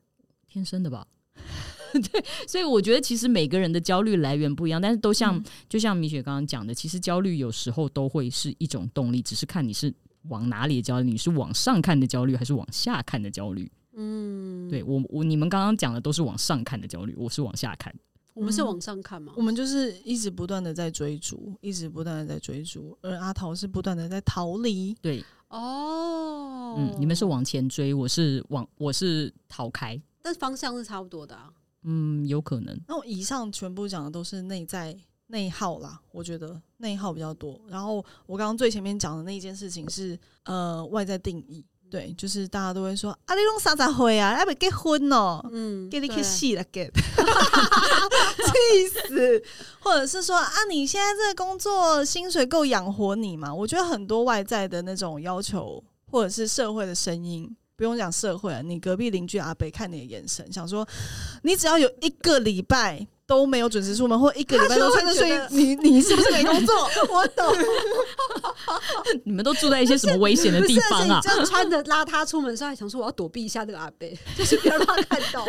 [SPEAKER 3] 天生的吧。 对，所以我觉得其实每个人的焦虑来源不一样，但是都
[SPEAKER 1] 嗯
[SPEAKER 3] 像、就像米雪刚刚讲的，其实焦虑有时候都会是一种动力，只是看你是往哪里的焦虑，你是往上看的焦虑还是往下看的焦虑。
[SPEAKER 1] 嗯，
[SPEAKER 3] 对我我你们刚刚讲的都是往上看的焦虑，我是往下看。
[SPEAKER 1] 我们是
[SPEAKER 2] 嗯
[SPEAKER 1] 往上看嘛
[SPEAKER 2] 我？们就是一直不断的在追逐，一直不断的在追逐，而阿桃是不断的在逃离。
[SPEAKER 3] 对，
[SPEAKER 1] 哦，
[SPEAKER 3] 嗯，你们是，往前追，我是往我是逃开，
[SPEAKER 1] 但方向是差不多的啊。
[SPEAKER 3] 嗯，有 可能，
[SPEAKER 2] 那我以上全部讲的都是内在内耗啦，我觉得内耗比较多。然后我刚刚最前面讲的那一件事情是呃外在定义，对，就是大家都会说啊，你弄啥子会啊，还没结婚哦、
[SPEAKER 1] 嗯，
[SPEAKER 2] 给你
[SPEAKER 1] 对
[SPEAKER 2] 去戏了， 给气死！或者是说啊，你现在这个工作薪水够养活你吗？我觉得很多外在的那种要求，或者是社会的声音，不用讲社会了，你隔壁邻居阿北看你的眼神，想说你只要有一个礼拜。都没有准时出门，或一个礼拜都穿着睡衣
[SPEAKER 1] 他，就
[SPEAKER 2] 你你是不是没工作？
[SPEAKER 1] 我懂，
[SPEAKER 3] 你们都住在一些什么危险的地方啊
[SPEAKER 1] 不是？而且你就穿着邋遢出门的时候，还想说我要躲避一下这个阿贝， 就是不要让他看 到。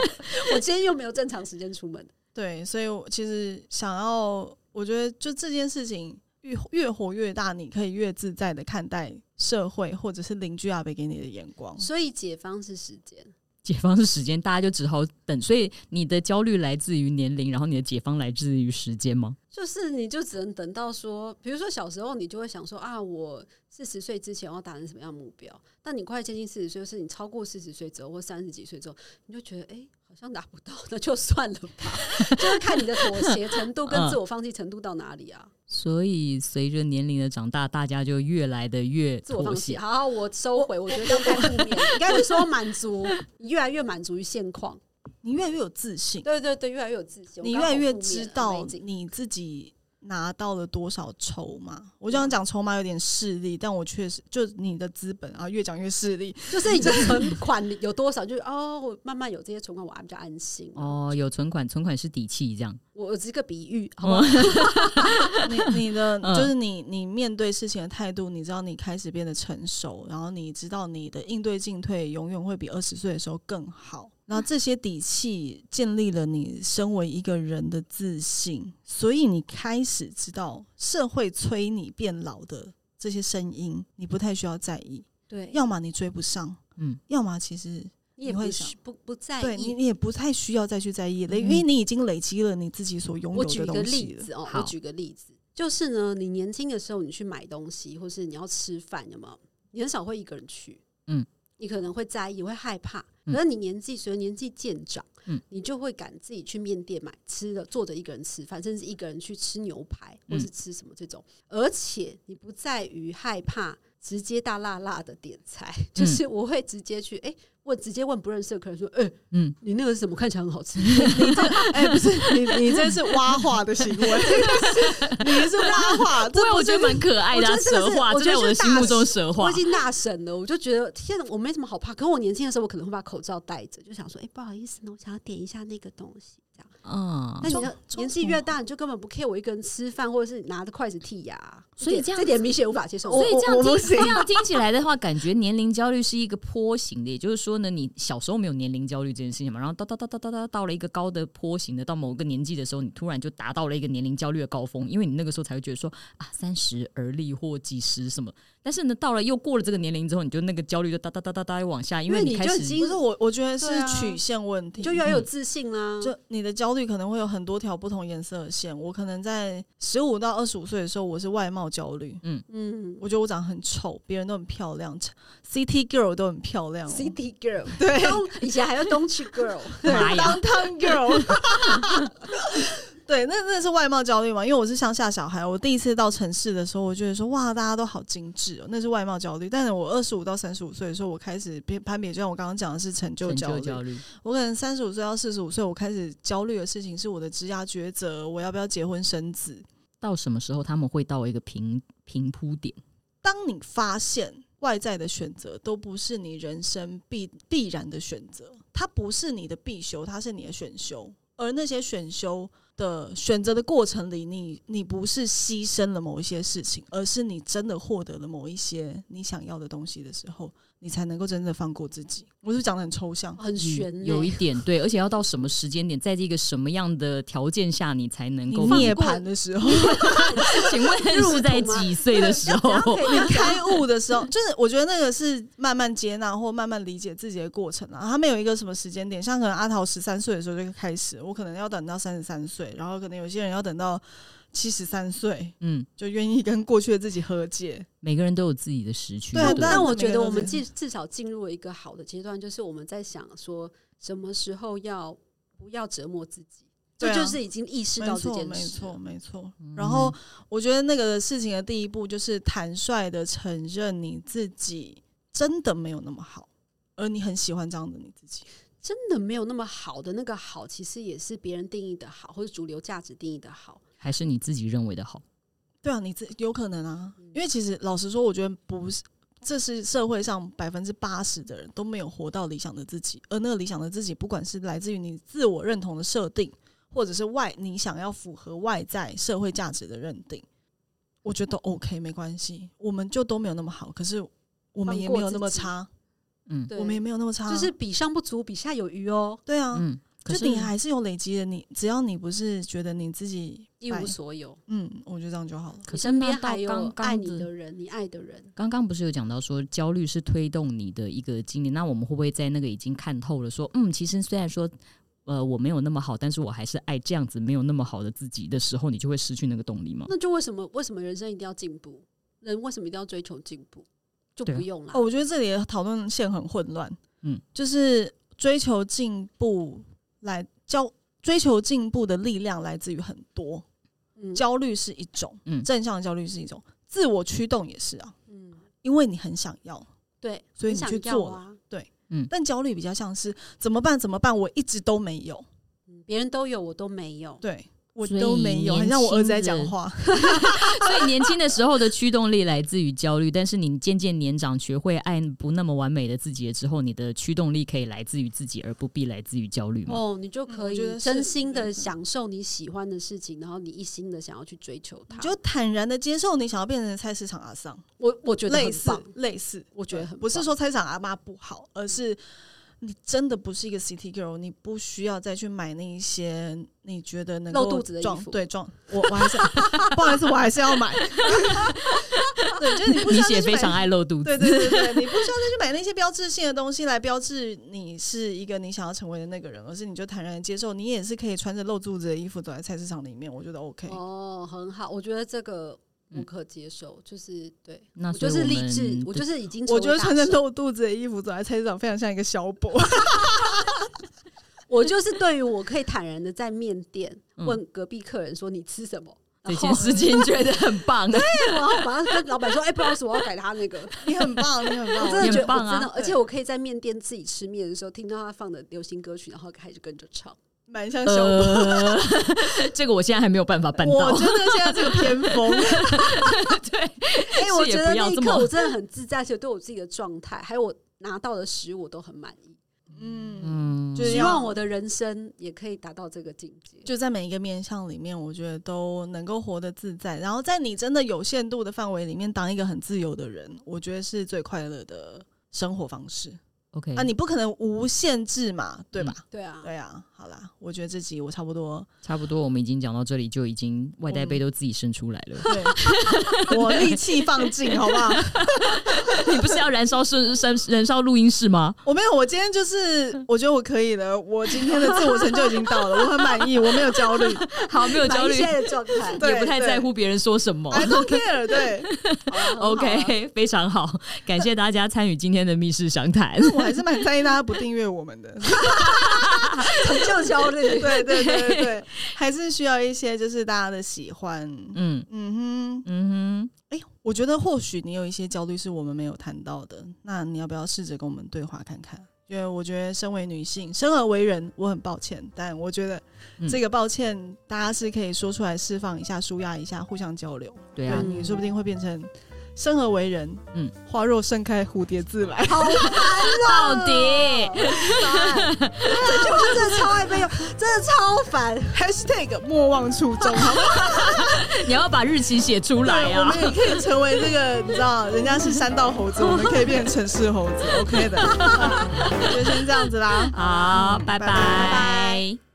[SPEAKER 1] 我今天又没有正常时间出门，
[SPEAKER 2] 对，所以我其实想要，我觉得就这件事情越越活越大，你可以越自在的看待社会或者是邻居阿伯给你的眼
[SPEAKER 3] 哦
[SPEAKER 2] 光。
[SPEAKER 1] 所以解放是时间。
[SPEAKER 3] 解放是时间，大家就只好等。所以你的焦虑来自于年龄，然后你的解放来自于时间吗？
[SPEAKER 1] 就是你就只能等到说，比如说小时候你就会想说啊，我四十岁之前我要达成什么样的目标？但你快接近四十岁，或是你超过四十岁之后，或三十几岁之后，你就觉得哎、诶好像达不到，那就算了吧， 就是看你的妥协程度
[SPEAKER 3] 嗯
[SPEAKER 1] 跟自我放弃程度到哪里啊。
[SPEAKER 3] 所以随着年龄的长大，大家就越来的越
[SPEAKER 1] 自我
[SPEAKER 3] 妥
[SPEAKER 1] 放弃，
[SPEAKER 3] 协。
[SPEAKER 1] 好，我收回，我觉得这样太负面了， 应该是说满足，你越来越满足于现况，
[SPEAKER 2] 你越来越有自信，
[SPEAKER 1] 对对对，越来越有自信，
[SPEAKER 2] 你
[SPEAKER 1] 我刚
[SPEAKER 2] 越
[SPEAKER 1] 好
[SPEAKER 2] 来越
[SPEAKER 1] 负面
[SPEAKER 2] 知
[SPEAKER 1] 了
[SPEAKER 2] 道
[SPEAKER 1] amazing
[SPEAKER 2] 你自己拿到了多少筹码。我这样讲筹码有点势利，但我确实就你的资本啊，越讲越势利。
[SPEAKER 1] 就是你的存款有多少，就是哦，我慢慢有这些存款，我还比较安心。
[SPEAKER 3] 哦，有存款，存款是底气，这样。
[SPEAKER 1] 我我只是个比喻，好 不好？
[SPEAKER 2] 你你的
[SPEAKER 3] 嗯
[SPEAKER 2] 就是你你面对事情的态度，你知道你开始变得成熟，然后你知道你的应对进退永远会比二十岁的时候更好。然后这些底气建立了你身为一个人的自信，所以你开始知道社会催你变老的这些声音，你不太需要在意。
[SPEAKER 1] 对，
[SPEAKER 2] 要么你追不上，
[SPEAKER 3] 嗯，
[SPEAKER 2] 要么其实
[SPEAKER 1] 你也
[SPEAKER 2] 你会
[SPEAKER 1] 不
[SPEAKER 2] 想
[SPEAKER 1] 是不不在
[SPEAKER 2] 对你
[SPEAKER 1] 意。
[SPEAKER 2] 你也不太需要再去在意了，
[SPEAKER 3] 嗯
[SPEAKER 2] 因为你已经累积了你自己所拥有
[SPEAKER 1] 我举
[SPEAKER 2] 的
[SPEAKER 1] 一个
[SPEAKER 2] 东
[SPEAKER 1] 例
[SPEAKER 2] 西了。
[SPEAKER 1] 子哦，我
[SPEAKER 3] 好
[SPEAKER 1] 举个例子，就是呢，你年轻的时候你去买东西，或是你要吃饭，有没有？你很少会一个人去，
[SPEAKER 3] 嗯，
[SPEAKER 1] 你可能会在意，会害怕。
[SPEAKER 3] 嗯
[SPEAKER 1] 可是你年纪随着年纪渐长，
[SPEAKER 3] 嗯，
[SPEAKER 1] 你就会敢自己去面店买吃的，坐着一个人吃饭，甚至一个人去吃牛排或是
[SPEAKER 3] 嗯
[SPEAKER 1] 吃什么这种。而且你不在于害怕直接大辣辣的点菜，
[SPEAKER 2] 嗯
[SPEAKER 1] 就是我会直接去哎、问，直接问不认识的客人说，哎、
[SPEAKER 3] 嗯，
[SPEAKER 1] 你那个是什么？看起来很好吃。
[SPEAKER 2] 哎、不是你，你这是挖话的行为，你是挖话，
[SPEAKER 3] 不
[SPEAKER 2] 这
[SPEAKER 3] 会，
[SPEAKER 2] 不
[SPEAKER 3] 我
[SPEAKER 2] 是
[SPEAKER 3] 觉得蛮可爱的、啊，
[SPEAKER 1] 我觉得这个
[SPEAKER 3] 蛇
[SPEAKER 1] 是
[SPEAKER 3] 话，
[SPEAKER 1] 我
[SPEAKER 3] 这
[SPEAKER 1] 觉得
[SPEAKER 3] 在我的
[SPEAKER 1] 是
[SPEAKER 3] 心目
[SPEAKER 1] 大
[SPEAKER 3] 中
[SPEAKER 1] 蛇
[SPEAKER 3] 蛇
[SPEAKER 1] 我
[SPEAKER 3] 话
[SPEAKER 1] 已。经大神了，我就觉得天哪，我没什么好怕。可是我年轻的时候，我可能会把口罩戴着，就想说，哎、不好意思呢，我想要点一下那个东西，这样。
[SPEAKER 3] 嗯
[SPEAKER 1] 但，你
[SPEAKER 2] 装
[SPEAKER 1] 的
[SPEAKER 2] 装
[SPEAKER 1] 年
[SPEAKER 2] 什
[SPEAKER 1] 纪越
[SPEAKER 2] 么
[SPEAKER 1] 大，你就根本不 care 我一个人吃饭，或者是拿着筷子剔牙，
[SPEAKER 3] 所以
[SPEAKER 1] 点
[SPEAKER 3] 这样
[SPEAKER 1] 这点明显无法接受。
[SPEAKER 3] 所以这样
[SPEAKER 2] 我我不
[SPEAKER 3] 听
[SPEAKER 2] 行
[SPEAKER 3] 这样听起来的话，感觉年龄焦虑是一个坡形的，也就是说呢，你小时候没有年龄焦虑这件事情嘛，然后到到到到到到到了一个高的坡形的，到某个年纪的时候，你突然就达到了一个年龄焦虑的高峰，因为你那个时候才会觉得说啊，三十而立或几十什么，但是呢，到了又过了这个年龄之后，你就那个焦虑就哒哒哒哒哒又往下，因
[SPEAKER 1] 因为
[SPEAKER 3] 你
[SPEAKER 1] 你
[SPEAKER 3] 开
[SPEAKER 1] 就已
[SPEAKER 3] 始
[SPEAKER 1] 经
[SPEAKER 2] 不是我，我觉得是
[SPEAKER 1] 对啊
[SPEAKER 2] 曲线问题，
[SPEAKER 1] 你就越来越有自信啊啦。
[SPEAKER 2] 就你的焦虑可能会有很多条不同颜色的线。我可能在十五到二十五岁的时候，我是外貌焦虑，
[SPEAKER 1] 嗯
[SPEAKER 2] 我觉得我长得很丑，别人都很漂亮，City Girl 都很漂亮、哦。
[SPEAKER 1] ，City Girl，对，东 以前还叫东区 Girl，
[SPEAKER 3] 妈呀，
[SPEAKER 2] Downtown Girl。对，那那是外貌焦虑嘛？因为我是乡下小孩，我第一次到城市的时候，我觉得说哇，大家都好精致哦，那是外貌焦虑。但是我二十五到三十五岁的时候，我开始别攀比，就像我刚刚讲的是成就
[SPEAKER 3] 成
[SPEAKER 2] 焦
[SPEAKER 3] 就
[SPEAKER 2] 虑。
[SPEAKER 3] 焦虑，
[SPEAKER 2] 我可能三十五岁到四十五岁，我开始焦虑的事情是我的职涯抉择，我要不要结婚生子？
[SPEAKER 3] 到什么时候他们会到一个平平铺点？
[SPEAKER 2] 当你发现外在的选择都不是你人生必必然的选择，它不是你的必修，它是你的选修。而那些选修的选择的过程里，你你不是牺牲了某一些事情，而是你真的获得了某一些你想要的东西的时候，你才能够真正放过自己。我是不是讲的很抽象，
[SPEAKER 1] 很悬、
[SPEAKER 3] 嗯
[SPEAKER 1] 欸
[SPEAKER 3] 有一点对，而且要到什么时间点，在这个什么样的条件下，你才能
[SPEAKER 2] 你
[SPEAKER 3] 够？
[SPEAKER 2] 涅槃的时候，
[SPEAKER 3] 请问
[SPEAKER 1] 入
[SPEAKER 3] 是在
[SPEAKER 1] 土吗
[SPEAKER 3] 几岁的时
[SPEAKER 1] 怎样
[SPEAKER 3] 候
[SPEAKER 1] 可？以
[SPEAKER 2] 你 开悟的时候，就是我觉得那个是慢慢接纳或慢慢理解自己的过程啊。他没有一个什么时间点，像可能阿桃十三岁的时候就开始，我可能要等到三十三岁，然后可能有些人要等到七十三岁
[SPEAKER 3] 嗯，
[SPEAKER 2] 就愿意跟过去的自己和解。
[SPEAKER 3] 每个人都有自己的时区，
[SPEAKER 2] 对啊
[SPEAKER 3] 不嗯
[SPEAKER 2] 当然
[SPEAKER 1] 但我
[SPEAKER 2] 每个
[SPEAKER 1] 觉
[SPEAKER 2] 人
[SPEAKER 1] 得
[SPEAKER 2] 都
[SPEAKER 1] 我们
[SPEAKER 2] 这
[SPEAKER 1] 至至少进入了一个好的阶段，就是我们在想说什么时候要不要折磨自己，
[SPEAKER 2] 对
[SPEAKER 1] 这
[SPEAKER 2] 啊
[SPEAKER 1] 就是已经意识
[SPEAKER 2] 没
[SPEAKER 1] 到这
[SPEAKER 2] 错，
[SPEAKER 1] 件
[SPEAKER 2] 没
[SPEAKER 1] 事了。
[SPEAKER 2] 错，没错。然后我觉得那个事情的第一步就是坦率的承认你自己真的没有那么好，而你很喜欢这样的你自己。
[SPEAKER 1] 真的没有那么好的那个好，其实也是别人定义的好，或者主流价值定义的好。
[SPEAKER 3] 还是你自己认为的好。
[SPEAKER 2] 对啊，你自有可能啊，
[SPEAKER 1] 嗯
[SPEAKER 2] 因为其实老实说，我觉得不是，这是社会上百分之八十的人都没有活到理想的自己，而那个理想的自己，不管是来自于你自我认同的设定，或者是外你想要符合外在社会价值的认定，我觉得都 OK，没关系，我们就都没有那么好，可是我们也没有那么差，
[SPEAKER 3] 嗯
[SPEAKER 1] 对，
[SPEAKER 2] 我们也没有那么差啊，
[SPEAKER 1] 就是比上不足，比下有余哦，
[SPEAKER 2] 对啊，
[SPEAKER 3] 嗯，可
[SPEAKER 2] 就是你还是有累积的，你只要你不是觉得你自己
[SPEAKER 1] 一
[SPEAKER 2] 白
[SPEAKER 1] 无所有。
[SPEAKER 2] 嗯，我觉得这样就好了，
[SPEAKER 3] 哎可是
[SPEAKER 1] 身边
[SPEAKER 3] 那到
[SPEAKER 1] 还有
[SPEAKER 3] 刚
[SPEAKER 1] 爱
[SPEAKER 3] 刚
[SPEAKER 1] 你
[SPEAKER 3] 的
[SPEAKER 1] 的人，你爱的人，
[SPEAKER 3] 刚刚不是有讲到说焦虑是推动你的一个经历，那我们会不会在那个已经看透了说，嗯，其实虽然说呃我没有那么好，但是我还是爱这样子没有那么好的自己的时候，你就会失去那个动力吗？
[SPEAKER 1] 那就为什么为什么人生一定要进步？人为什么一定要追求进步？就
[SPEAKER 3] 对啊
[SPEAKER 1] 不用啦
[SPEAKER 2] 哦，。我觉得这里的讨论线很混乱。
[SPEAKER 3] 嗯
[SPEAKER 2] 嗯，就是追求进步来焦，追求进步的力量来自于很多，
[SPEAKER 1] 嗯
[SPEAKER 2] 焦虑是一种，
[SPEAKER 3] 嗯
[SPEAKER 2] 嗯，正向焦虑是一种，自我驱动也是啊，
[SPEAKER 1] 嗯，
[SPEAKER 2] 因为你很想要，
[SPEAKER 1] 对，
[SPEAKER 2] 所以
[SPEAKER 1] 很
[SPEAKER 2] 你
[SPEAKER 1] 想
[SPEAKER 2] 去
[SPEAKER 1] 要
[SPEAKER 2] 做了。
[SPEAKER 1] 啊，
[SPEAKER 2] 但焦虑比较像是怎么办？怎么办？我一直都没有，
[SPEAKER 1] 嗯别人都有，我都没有。
[SPEAKER 2] 对我
[SPEAKER 3] 所以
[SPEAKER 2] 都没有，
[SPEAKER 3] 年
[SPEAKER 2] 很像我儿子在
[SPEAKER 3] 轻
[SPEAKER 2] 讲
[SPEAKER 3] 人
[SPEAKER 2] 话。
[SPEAKER 3] 所以年轻的时候的驱动力来自于焦虑，但是你渐渐年长，学会爱不那么完美的自己了之后，你的驱动力可以来自于自己，而不必来自于焦虑吗？
[SPEAKER 1] 哦，你就
[SPEAKER 2] 嗯
[SPEAKER 1] 可
[SPEAKER 2] 我觉
[SPEAKER 1] 以
[SPEAKER 2] 得
[SPEAKER 1] 真
[SPEAKER 2] 是
[SPEAKER 1] 心的
[SPEAKER 2] 对对
[SPEAKER 1] 享受你喜欢的事情，然后你一心的想要去追求它。
[SPEAKER 2] 你就坦然的接受你想要变成菜市场阿桑，
[SPEAKER 1] 我我觉得
[SPEAKER 2] 类
[SPEAKER 1] 很
[SPEAKER 2] 似
[SPEAKER 1] 棒，
[SPEAKER 2] 类似，
[SPEAKER 1] 我觉得
[SPEAKER 2] 对
[SPEAKER 1] 很
[SPEAKER 2] 不是
[SPEAKER 1] 棒
[SPEAKER 2] 说菜场阿妈不好，而是你真的不是一个 City Girl，你不需要再去买那一些你觉得能够
[SPEAKER 1] 露肚子的衣
[SPEAKER 2] 壮
[SPEAKER 1] 服
[SPEAKER 2] 对壮，我我还是 不好意思，我还是要买。 对，就是你不需
[SPEAKER 3] 你
[SPEAKER 2] 要再
[SPEAKER 3] 写
[SPEAKER 2] 去
[SPEAKER 3] 非常
[SPEAKER 2] 买。
[SPEAKER 3] 爱露肚子，
[SPEAKER 2] 对对对对，你不需要再去买那些标志性的东西来标志你是一个你想要成为的那个人，而是你就坦然地接受，你也是可以穿着露肚子的衣服走在菜市场里面，我觉得 OK。
[SPEAKER 1] 哦，很好，我觉得这个我
[SPEAKER 3] 嗯
[SPEAKER 1] 可接受，就是对
[SPEAKER 3] 那
[SPEAKER 1] 我就
[SPEAKER 3] 所
[SPEAKER 1] 是
[SPEAKER 3] 以我
[SPEAKER 1] 励
[SPEAKER 3] 们
[SPEAKER 1] 志，
[SPEAKER 3] 的
[SPEAKER 1] 我就是已经
[SPEAKER 2] 我
[SPEAKER 1] 成
[SPEAKER 2] 觉
[SPEAKER 1] 为
[SPEAKER 2] 得
[SPEAKER 1] 大
[SPEAKER 2] 穿着
[SPEAKER 1] 师
[SPEAKER 2] 露肚子的衣服走在菜市场，非常像一个小宝。
[SPEAKER 1] 我就是对于我可以坦然的在面店
[SPEAKER 3] 嗯
[SPEAKER 1] 问隔壁客人说你吃什么，
[SPEAKER 3] 这
[SPEAKER 1] 然
[SPEAKER 3] 件
[SPEAKER 1] 后
[SPEAKER 3] 事情觉得很棒。
[SPEAKER 1] 然后马上跟老板说，哎，不好意思，我要改他那个，
[SPEAKER 2] 你很棒，你 很
[SPEAKER 1] 我
[SPEAKER 2] 棒
[SPEAKER 1] 真的
[SPEAKER 3] 也
[SPEAKER 1] 觉
[SPEAKER 3] 很
[SPEAKER 1] 得我
[SPEAKER 3] 棒啊
[SPEAKER 1] 真的，而且
[SPEAKER 2] 对
[SPEAKER 1] 我可以在面店自己吃面的时候听到他放的流行歌曲，然后开始跟着 唱。
[SPEAKER 2] 蛮像小宝。
[SPEAKER 3] 呃， 这个我现在还没有办法办
[SPEAKER 2] 我
[SPEAKER 3] 到。
[SPEAKER 2] 真的现在这个偏锋，
[SPEAKER 3] 对，
[SPEAKER 1] 哎、我
[SPEAKER 3] 是也
[SPEAKER 1] 觉得
[SPEAKER 3] 不要
[SPEAKER 1] 那一
[SPEAKER 3] 这么
[SPEAKER 1] 刻我真的很自在，而且对我自己的状态，还有我拿到的食物，我都很满意。
[SPEAKER 2] 嗯，
[SPEAKER 3] 嗯，
[SPEAKER 2] 就是
[SPEAKER 1] 希
[SPEAKER 2] 要
[SPEAKER 1] 望我的人生也可以达到这个境界。
[SPEAKER 2] 就在每一个面向里面，我觉得都能够活得自在，然后在你真的有限度的范围里面，当一个很自由的人，我觉得是最快乐的生活方式
[SPEAKER 3] OK
[SPEAKER 2] 啊！你不可能无限制嘛，对吧？
[SPEAKER 1] 对啊，
[SPEAKER 2] 对啊，好啦，我觉得这集我差不 多，
[SPEAKER 3] 差不多，我们已经讲到这里，就已经外带杯都自己伸出来了。
[SPEAKER 2] 对我力气放尽，好不好？
[SPEAKER 3] 你不是要燃烧是燃燃烧录音室吗？
[SPEAKER 2] 我没有，我今天就是我觉得我可以了，我今天的自我成就已经到了，我很满意，我没有焦虑。
[SPEAKER 3] 好，没有
[SPEAKER 1] 满
[SPEAKER 3] 焦
[SPEAKER 1] 意
[SPEAKER 3] 虑，
[SPEAKER 1] 现在的状态。
[SPEAKER 2] 对
[SPEAKER 3] 也不太在乎别人说什么。
[SPEAKER 2] I don't care，对，
[SPEAKER 1] 好啊很好啊
[SPEAKER 3] OK，非 常好，感谢大家参与今天的密室详谈。
[SPEAKER 2] 我还是蛮在意大家不订阅我们 的。
[SPEAKER 1] 成就焦虑。
[SPEAKER 2] 对对对对 对，还是需要一些就是大家的喜欢。
[SPEAKER 3] 嗯
[SPEAKER 2] 嗯哼，
[SPEAKER 3] 嗯
[SPEAKER 2] 哎、我觉得或许你有一些焦虑是我们没有谈到的，那你要不要试着跟我们对话看看？因为我觉得身为女性，生而为人，我很抱歉，但我觉得
[SPEAKER 3] 嗯
[SPEAKER 2] 这个抱歉，大家是可以说出来，释放一下、舒压一下，互相交流。
[SPEAKER 3] 哼，对啊
[SPEAKER 1] 嗯，
[SPEAKER 2] 你说不定会变成生而为人，嗯
[SPEAKER 3] 嗯，
[SPEAKER 2] 花若盛开，蝴蝶自来。
[SPEAKER 3] 到底
[SPEAKER 1] 这句话真的超爱被用，真的超烦。
[SPEAKER 2] #hashtag 莫忘初衷，好不好？
[SPEAKER 3] 你要把日期写出来
[SPEAKER 2] 对我
[SPEAKER 3] 啊
[SPEAKER 2] 们！也可以成为这个，你知道，人家是山道猴 子，我们可以变成城市猴子，OK 的。就先这样子啦。
[SPEAKER 3] 好，拜
[SPEAKER 2] 拜拜
[SPEAKER 3] 拜